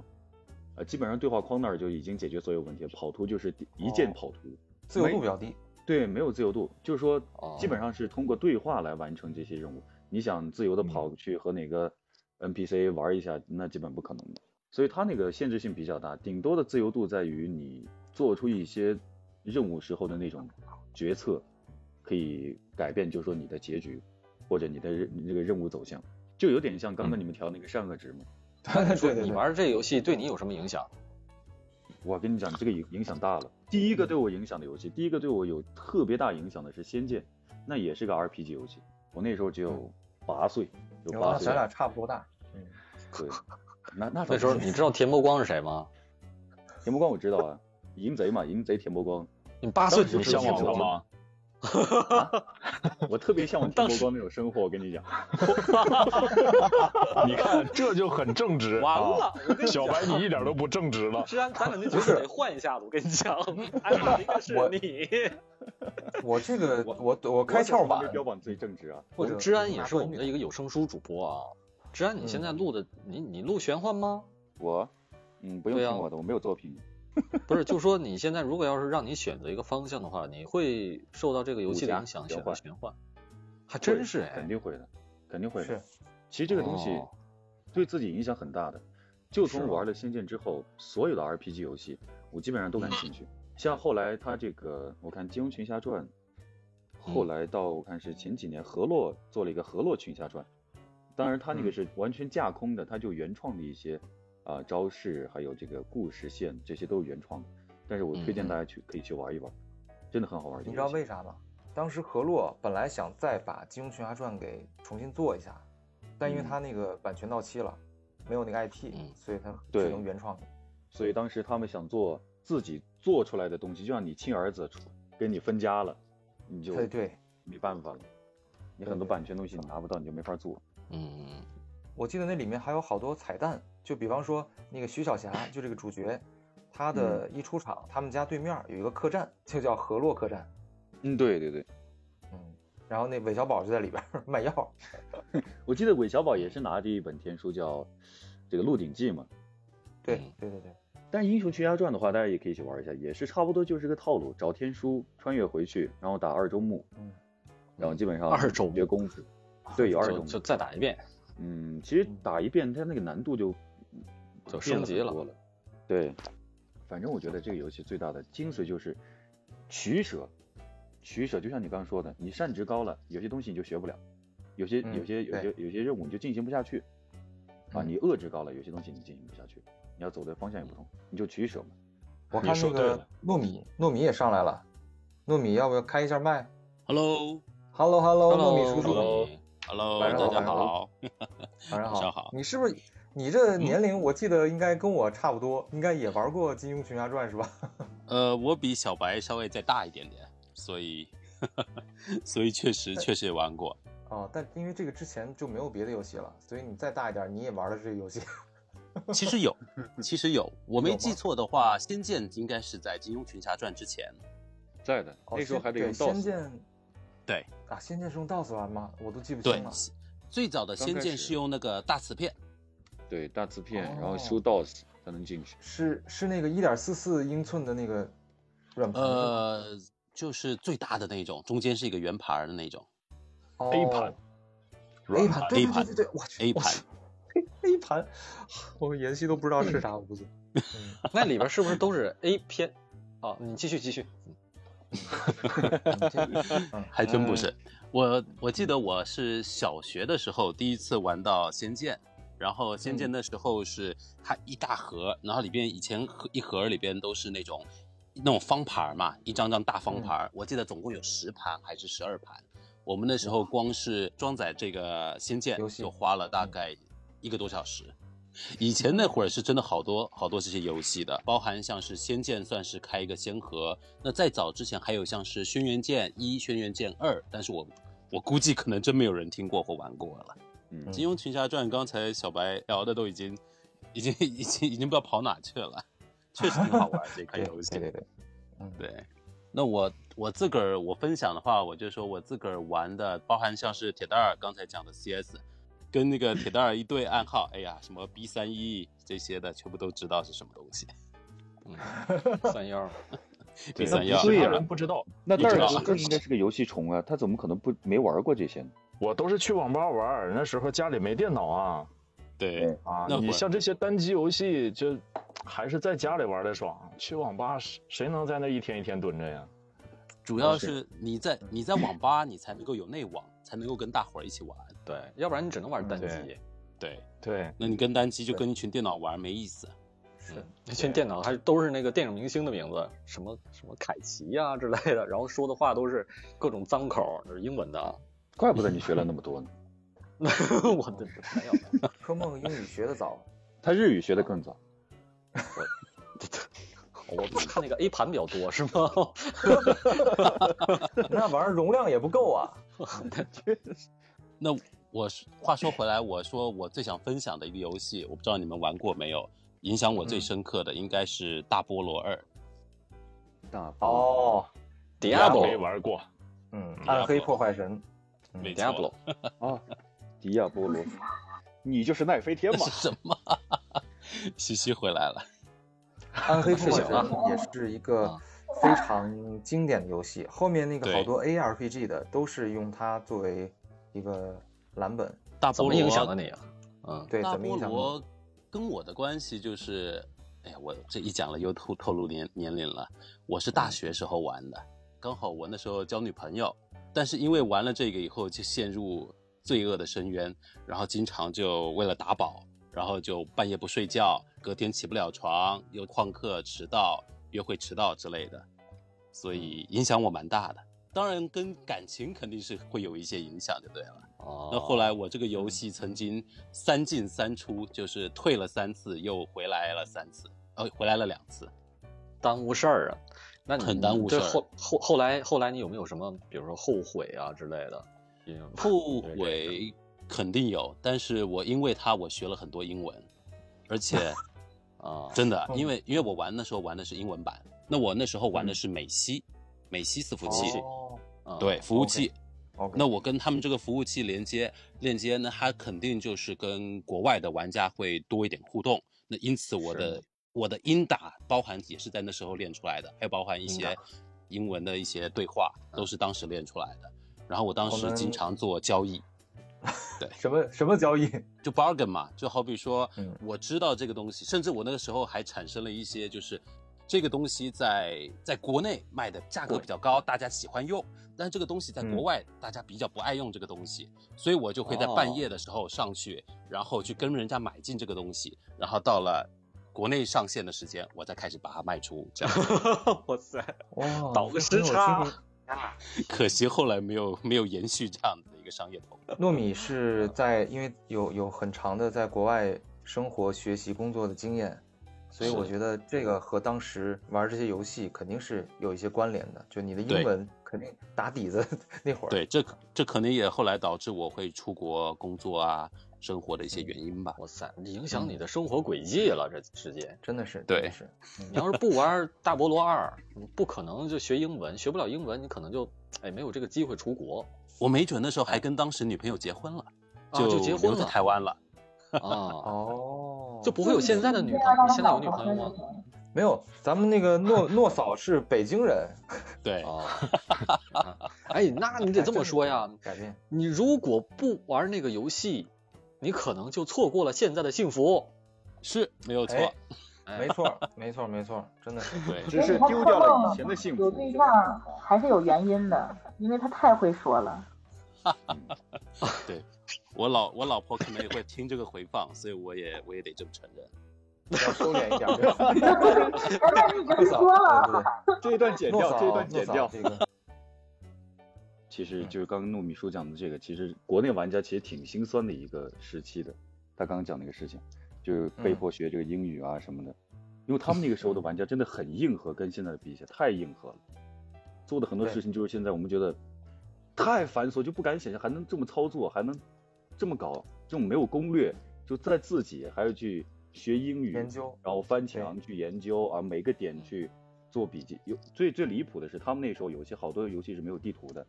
呃，基本上对话框那儿就已经解决所有问题了，跑图就是一键
哦
跑图。
自由
没
度比较 低。
对，没有自由度，就是说
哦
基本上是通过对话来完成这些任务。你想自由的
嗯
跑去和哪个 NPC 玩一下，那基本不可能的。所以它那个限制性比较大，顶多的自由度在于你做出一些任务时候的那种决策，可以改变，就是说你的结局或者你的任你这个任务走向，就有点像刚刚你们调那个善恶值嘛。
对
说
对对
你玩这游戏对你有什么影响？
我跟你讲，这个影影响大了。第
嗯
一个对我影响的游戏，第一个对我有特别大影响的是《仙剑》，那也是个 RPG 游戏。我那时候只有
嗯
八岁，有
有
八
吧？
岁
咱。俩差不多大，
对，那那
那时候你知道田伯光是谁吗？
田伯光我知道啊，淫贼嘛，淫贼田伯光，
你八岁
当
你
时
向往
就
过
知道
吗？
啊我特别 向往田伯光那种生活。我跟你讲，
你看这就很正 直。
完
啊
了，我跟你
小白
讲
你一点都不正直 了。
治安，咱俩那角色得换一下子。我跟你讲，挨骂的应该是
我
你。
我这个
我
我我开
我
窍
可能没
晚，
标榜最正直啊。
我
或者
们治安也
拿
是我
冠
们
军
的一个有声书主播啊。治安，你现在录的，你你录玄幻吗？
我，嗯，不用
对啊
听我的，我没有作品。
不是，就说你现在如果要是让你选择一个方向的话，你会受到这个游戏的影响，
武侠
选择
玄幻
玄幻，还真是
会肯
哎。
定会的，肯定会的。
是
其实这个东西
哦
对自己影响很大的。就是从
吗
玩了《仙剑》之后，所有的 RPG 游戏我基本上都感兴趣。像后来他这个，我看《金庸群侠传》，后来到我看是前几年河洛做了一个《河洛群侠传》，当然他那个是完全架空的，他就原创的一些啊、招式，还有这个故事线，这些都是原创的。但是我推荐
嗯嗯
大家去可以去玩一玩，真的很好玩。
你知道为啥吗？当时河洛本来想再把《金庸群侠传》给重新做一下，但因为
嗯
他那个版权到期了，没有那个 IP，
嗯
所以他
对
只能原创。
所以当时他们想做自己做出来的东西，就像你亲儿子出跟你分家了，你就
哎对对，
没办法了，你很多版权东西你拿不到，你就没法做。
嗯，
我记得那里面还有好多彩蛋，就比方说那个徐小霞，就这个主角，她的一出场，他们家对面有一个客栈，就叫河洛客栈。
嗯，对对对，
嗯，然后那韦小宝就在里边儿 卖药。
我记得韦小宝也是拿着一本天书叫这个《鹿鼎记》嘛，
对
嗯
对对对，
但《英雄群侠传》的话，大家也可以去玩一下，也是差不多就是个套路，找天书穿越回去，然后打二周目，
嗯，
然后基本上
二周目
学功夫，对，有二周
就
目，
就再打一遍。
嗯，其实打一遍它那个难度就
就
变
升级
很
了
多了。对，反正我觉得这个游戏最大的精髓就是取舍，取舍就像你刚刚说的，你善值高了，有些东西你就学不了，有些
嗯
有些有些有些任务你就进行不下去，啊，
嗯
你恶值高了，有些东西你进行不下去，你要走的方向也不同，你就取舍嘛。
我
你
看那
说对
个
了
糯米，糯米也上来了，糯米要不要开一下麦
Hello，
？Hello Hello，
Hello，
糯米叔叔，
Hello
Hello，
晚上好
大
晚
家
上
好
好。晚上
晚上
好
好。
你是不是你这年龄？我记得应该跟我差不多，应该也玩过《金庸群侠传》是吧？
呃，我比小白稍微再大一点点，所以所以确实确实也玩过。
哦，但因为这个之前就没有别的游戏了，所以你再大一点，你也玩的是这个游戏。
其实有，其实有，我
有
没
吗
记错的话，《仙剑》应该是在《金庸群侠传》之前。
在的，
哦，
那时候
仙
还得用
对
DOS
仙。剑
对
啊，仙剑是用 DOS 玩吗？我都记不
对
清了。，
最早的《
刚
仙
开
剑》
始
是用那个大磁片，
对，大磁片，然
哦
后修 DOS 才能进去。
是是那个一点四四英寸的那个软盘是哦吗，
呃，就是最大的那种，中间是一个圆盘儿的那种
哦
A 盘
，A 盘，对
A
对对
盘
对对，我去
A
我
盘。
去 A 盘，我延期都不知道是啥屋子。
那里边是不是都是 A 片？啊，你继续继续。
嗯这个嗯
还真不是。我我记得我是小学的时候第一次玩到《仙剑》，然后《仙剑》那时候是它一大盒，然后里边以前盒一盒里边都是那种那种方盘儿嘛，一张张大方盘儿。我记得总共有十盘还是十二盘。我们那时候光是装载这个《仙剑
游》戏嗯
就花了大概一个多小时。以前那会儿是真的好多好多这些游戏的，包含像是《仙剑》算是开一个先河，那再早之前还有像是《轩辕剑一》《轩辕剑二》，但是我我估计可能真没有人听过或玩过了。
嗯
《金庸群侠传》刚才小白聊的都已经已经已经已经不知道跑哪去了，确实挺好玩 这款
对
游戏。
对对对，
对，那我我自个儿我分享的话，我就说我自个儿玩的，包含像是铁蛋儿刚才讲的 CS，跟那个铁蛋儿一对暗号，哎呀，什么 B 三一这些的，全部都知道是什么东西。
嗯，三幺。
B
那
三啊幺
不，对呀，不知道，
那
你
戴
知
尔
道
哥更应该是个游戏虫啊，他怎么可能不没玩过这些呢？
我都是去网吧玩儿，那时候家里没电脑啊
对，
啊
那！会
你
儿
像这些单机游戏，就还是在家里玩的爽，去网吧谁谁能在那一天一天蹲着呀？
主要
是
是你在
嗯
你在网吧，你才能够有内网，才能够跟大伙儿一起玩。
对，要不然你只能玩单
嗯
机，
对，
对，
那你跟单机就跟一群电脑玩没意思。
是那群电脑还都是那个电影明星的名字，什么什么凯奇呀、之类的，然后说的话都是各种脏口，就是英文的啊。
怪不得你学了那 么多呢。
我的没有，
春梦英语学得早，啊
他日语学得更早，
我不是看那个 A 盘比较多是吗？
那玩意儿容量也不够啊。
那我是话说回来，我说我最想分享的一个游戏，我不知道你们玩过没有，影响
嗯
我最深刻的应该是《大菠萝二》。
大包
哦，
没
Diablo
玩过，
嗯，
嗯
暗黑破坏神，
没错
Diablo
哦
啊，迪亚波罗，你就是奈飞天
那
嘛
是？什么？ 西西回来了，
暗黑破坏
是有
神也是一个非常经典的游戏，后面那个
对
好多 ARPG 的都是用它作为一个蓝本，
大菠
怎
萝
么影响了你啊？嗯，
对，
大
怎么
菠
影响你？
萝跟我的关系就是，哎呀，我这一讲了又透透露年年龄了。我是大学时候玩的，刚好我那时候交女朋友，但是因为玩了这个以后就陷入罪恶的深渊，然后经常就为了打宝，然后就半夜不睡觉，隔天起不了床，又旷课迟到、约会迟到之类的，所以影响我蛮大的。当然，跟感情肯定是会有一些影响，就对了。
哦，
那后来我这个
嗯
游戏曾经三进三出，就是退了三次，又回来了三次，呃，回来了两 次。
耽误事儿啊，那你
很耽误
对
事儿
后后后来后来你有没有什么，比如说后悔啊之类的？因为
后悔肯定有，但是我因为它我学了很多英文，而且
哦
啊，
真的，
嗯
因为因为我玩那时候玩的是英文版，那我那时候玩的是美西，美西伺服器，
哦
啊
对，服务器。
，OK，
那我跟他们这个服务器连接链接呢，它肯定就是跟国外的玩家会多一点互动。那因此我的我的英打包含也是在那时候练出来的，还有包含一些英文的一些对话，都是当时练出来的。然后我当
我
时
们
经常做交易，
什么什么交易？
就 bargain 嘛，就好比说
嗯，
我知道这个东西，甚至我那个时候还产生了一些，就是这个东西在在国内卖的价格比较高，大家喜欢用，但是这个东西在国外、大家比较不爱用这个东西，所以我就会在
哦
半夜的时候上去，然后去跟人家买进这个东西，然后到了国内上线的时间，我再开始把它卖出，这样子。
哇塞，
哇，
倒个
这
时
很有
差
经历
可惜后来没有没有延续这样的一个商业头。
糯米是在因为有有很长的在国外生活、学习、工作的经验，所以
是
我觉得这个和当时玩这些游戏肯定是有一些关联的。就你的英
对
文肯定打底子那会儿，
对，这这可能也后来导致我会出国工作啊、生活的一些原因吧。
哇塞，影响你的生活轨迹了，
嗯
这直接。
真的是，
对
真的是嗯
你要是不玩大菠萝二， 你不可能就学英文，学不了英文，你可能就哎没有这个机会出国
我没准那时候还跟当时女朋友结婚了，
啊，就结婚
留在
了
台湾了。
啊，
哦，
就不会有现在的女朋友。你现在有女朋友吗？
没有咱们那个诺诺嫂是北京人，
对，
哦啊，哎，那你得这么说呀，
改变
你如果不玩那个游戏，你可能就错过了现在的幸福。
是没有错。
哎没错儿，没错儿，没错儿，真的是。
对，
只是丢掉了以前的幸福。
有对象还是有原因的，因为他太会说了。
我老我老婆可能也会听这个回放，所以我也我也得这么承 认。
要收敛一 点儿。
哎，那你已经说了，
这一段剪
诺
掉，
嫂，
这一段
诺
剪
嫂
掉。
这个
其实就是刚刚糯米叔讲的这个，其实国内玩家其实挺心酸的一个时期的。他刚刚讲那个事情，就是被迫学这个英语啊什么的，因为他们那个时候的玩家真的很硬核，跟现在的比起来太硬核了，做的很多
对
事情就是现在我们觉得太繁琐，就不敢想象还能这么操作，还能这么搞，这种没有攻略，就在自己还要去学英语，
研究
然后翻墙去研究啊，每个点去做笔记。有最最离谱的是，他们那时候有些好多游戏是没有地图的，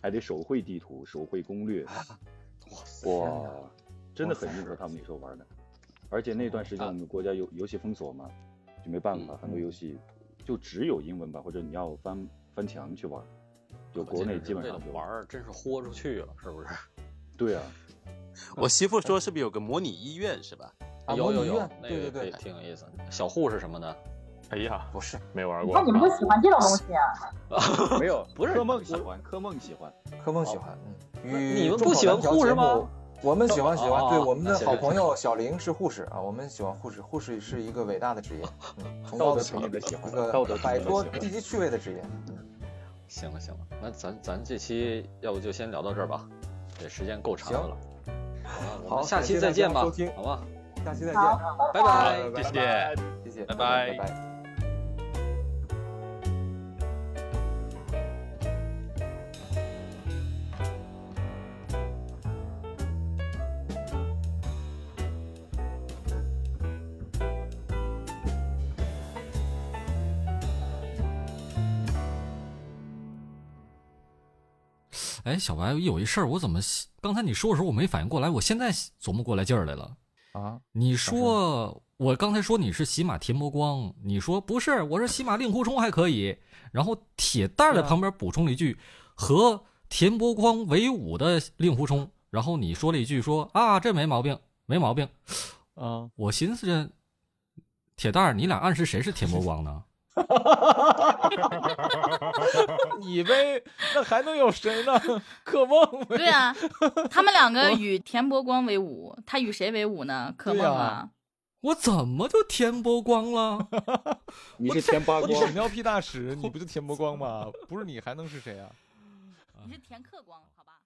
还得手绘地图、手绘攻略。哇，真的很硬核，他们那时候玩的。而且那段时间我们国家游游戏封锁嘛，就没办法，很多游戏就只有英文版，或者你要翻翻墙去玩。就国内啊基本上
为
就
了玩儿，真是豁出去了，是不是？
对啊，
我媳妇说是不是有个模拟医院是吧？
啊
有
模
有
拟医
有
院，
那
对
个
对对
挺挺有意思。小护士什么的，
哎呀，
不是
没玩过。
那你们就喜欢这种东西 啊？
没有，
不 是
柯梦喜
我
欢，柯梦喜欢。
柯梦喜欢，嗯，与
你们
中
不喜欢
考
护士
调节
吗
目？我们喜欢喜欢，
哦
对我们的
那行
好朋友小玲是护士啊，我们喜欢护士，护士是一个伟大的职业，嗯，崇高
道德
的职
层面
业，
的喜欢
一，个
道德层
摆
面的喜
脱
欢。
低级趣味的职业。
行了行了，那咱咱这期要不就先聊到这儿吧，这时间够长的
行
了。好吧我
好
们下期
感谢
再
大
见
家
吧
收听，
好吧，
下期再见，
好，
拜拜。
谢谢。
谢谢，
拜拜
拜拜。
哎，小白有一事儿，我怎么刚才你说的时候我没反应过来，我现在琢磨过来劲儿来了。
啊，
你说我刚才说你是喜马田伯光，你说不是，我说喜马令狐冲还可以。然后铁蛋儿在旁边补充了一句，和田伯光为伍的令狐冲。然后你说了一句说啊，这没毛病，没毛病。
啊，
我寻思着，铁蛋儿，你俩暗示谁是田伯光呢？
你呗，那还能有谁呢？ 柯梦呗。
对啊，他们两个与田伯光为伍，他与谁为伍呢？可
对
梦
啊
啊，
我怎么就田伯光了？
你是天八
你
光
屎，尿 屁大使，你不就田伯光吗？不是你还能是谁啊？
你是田克光，好吧？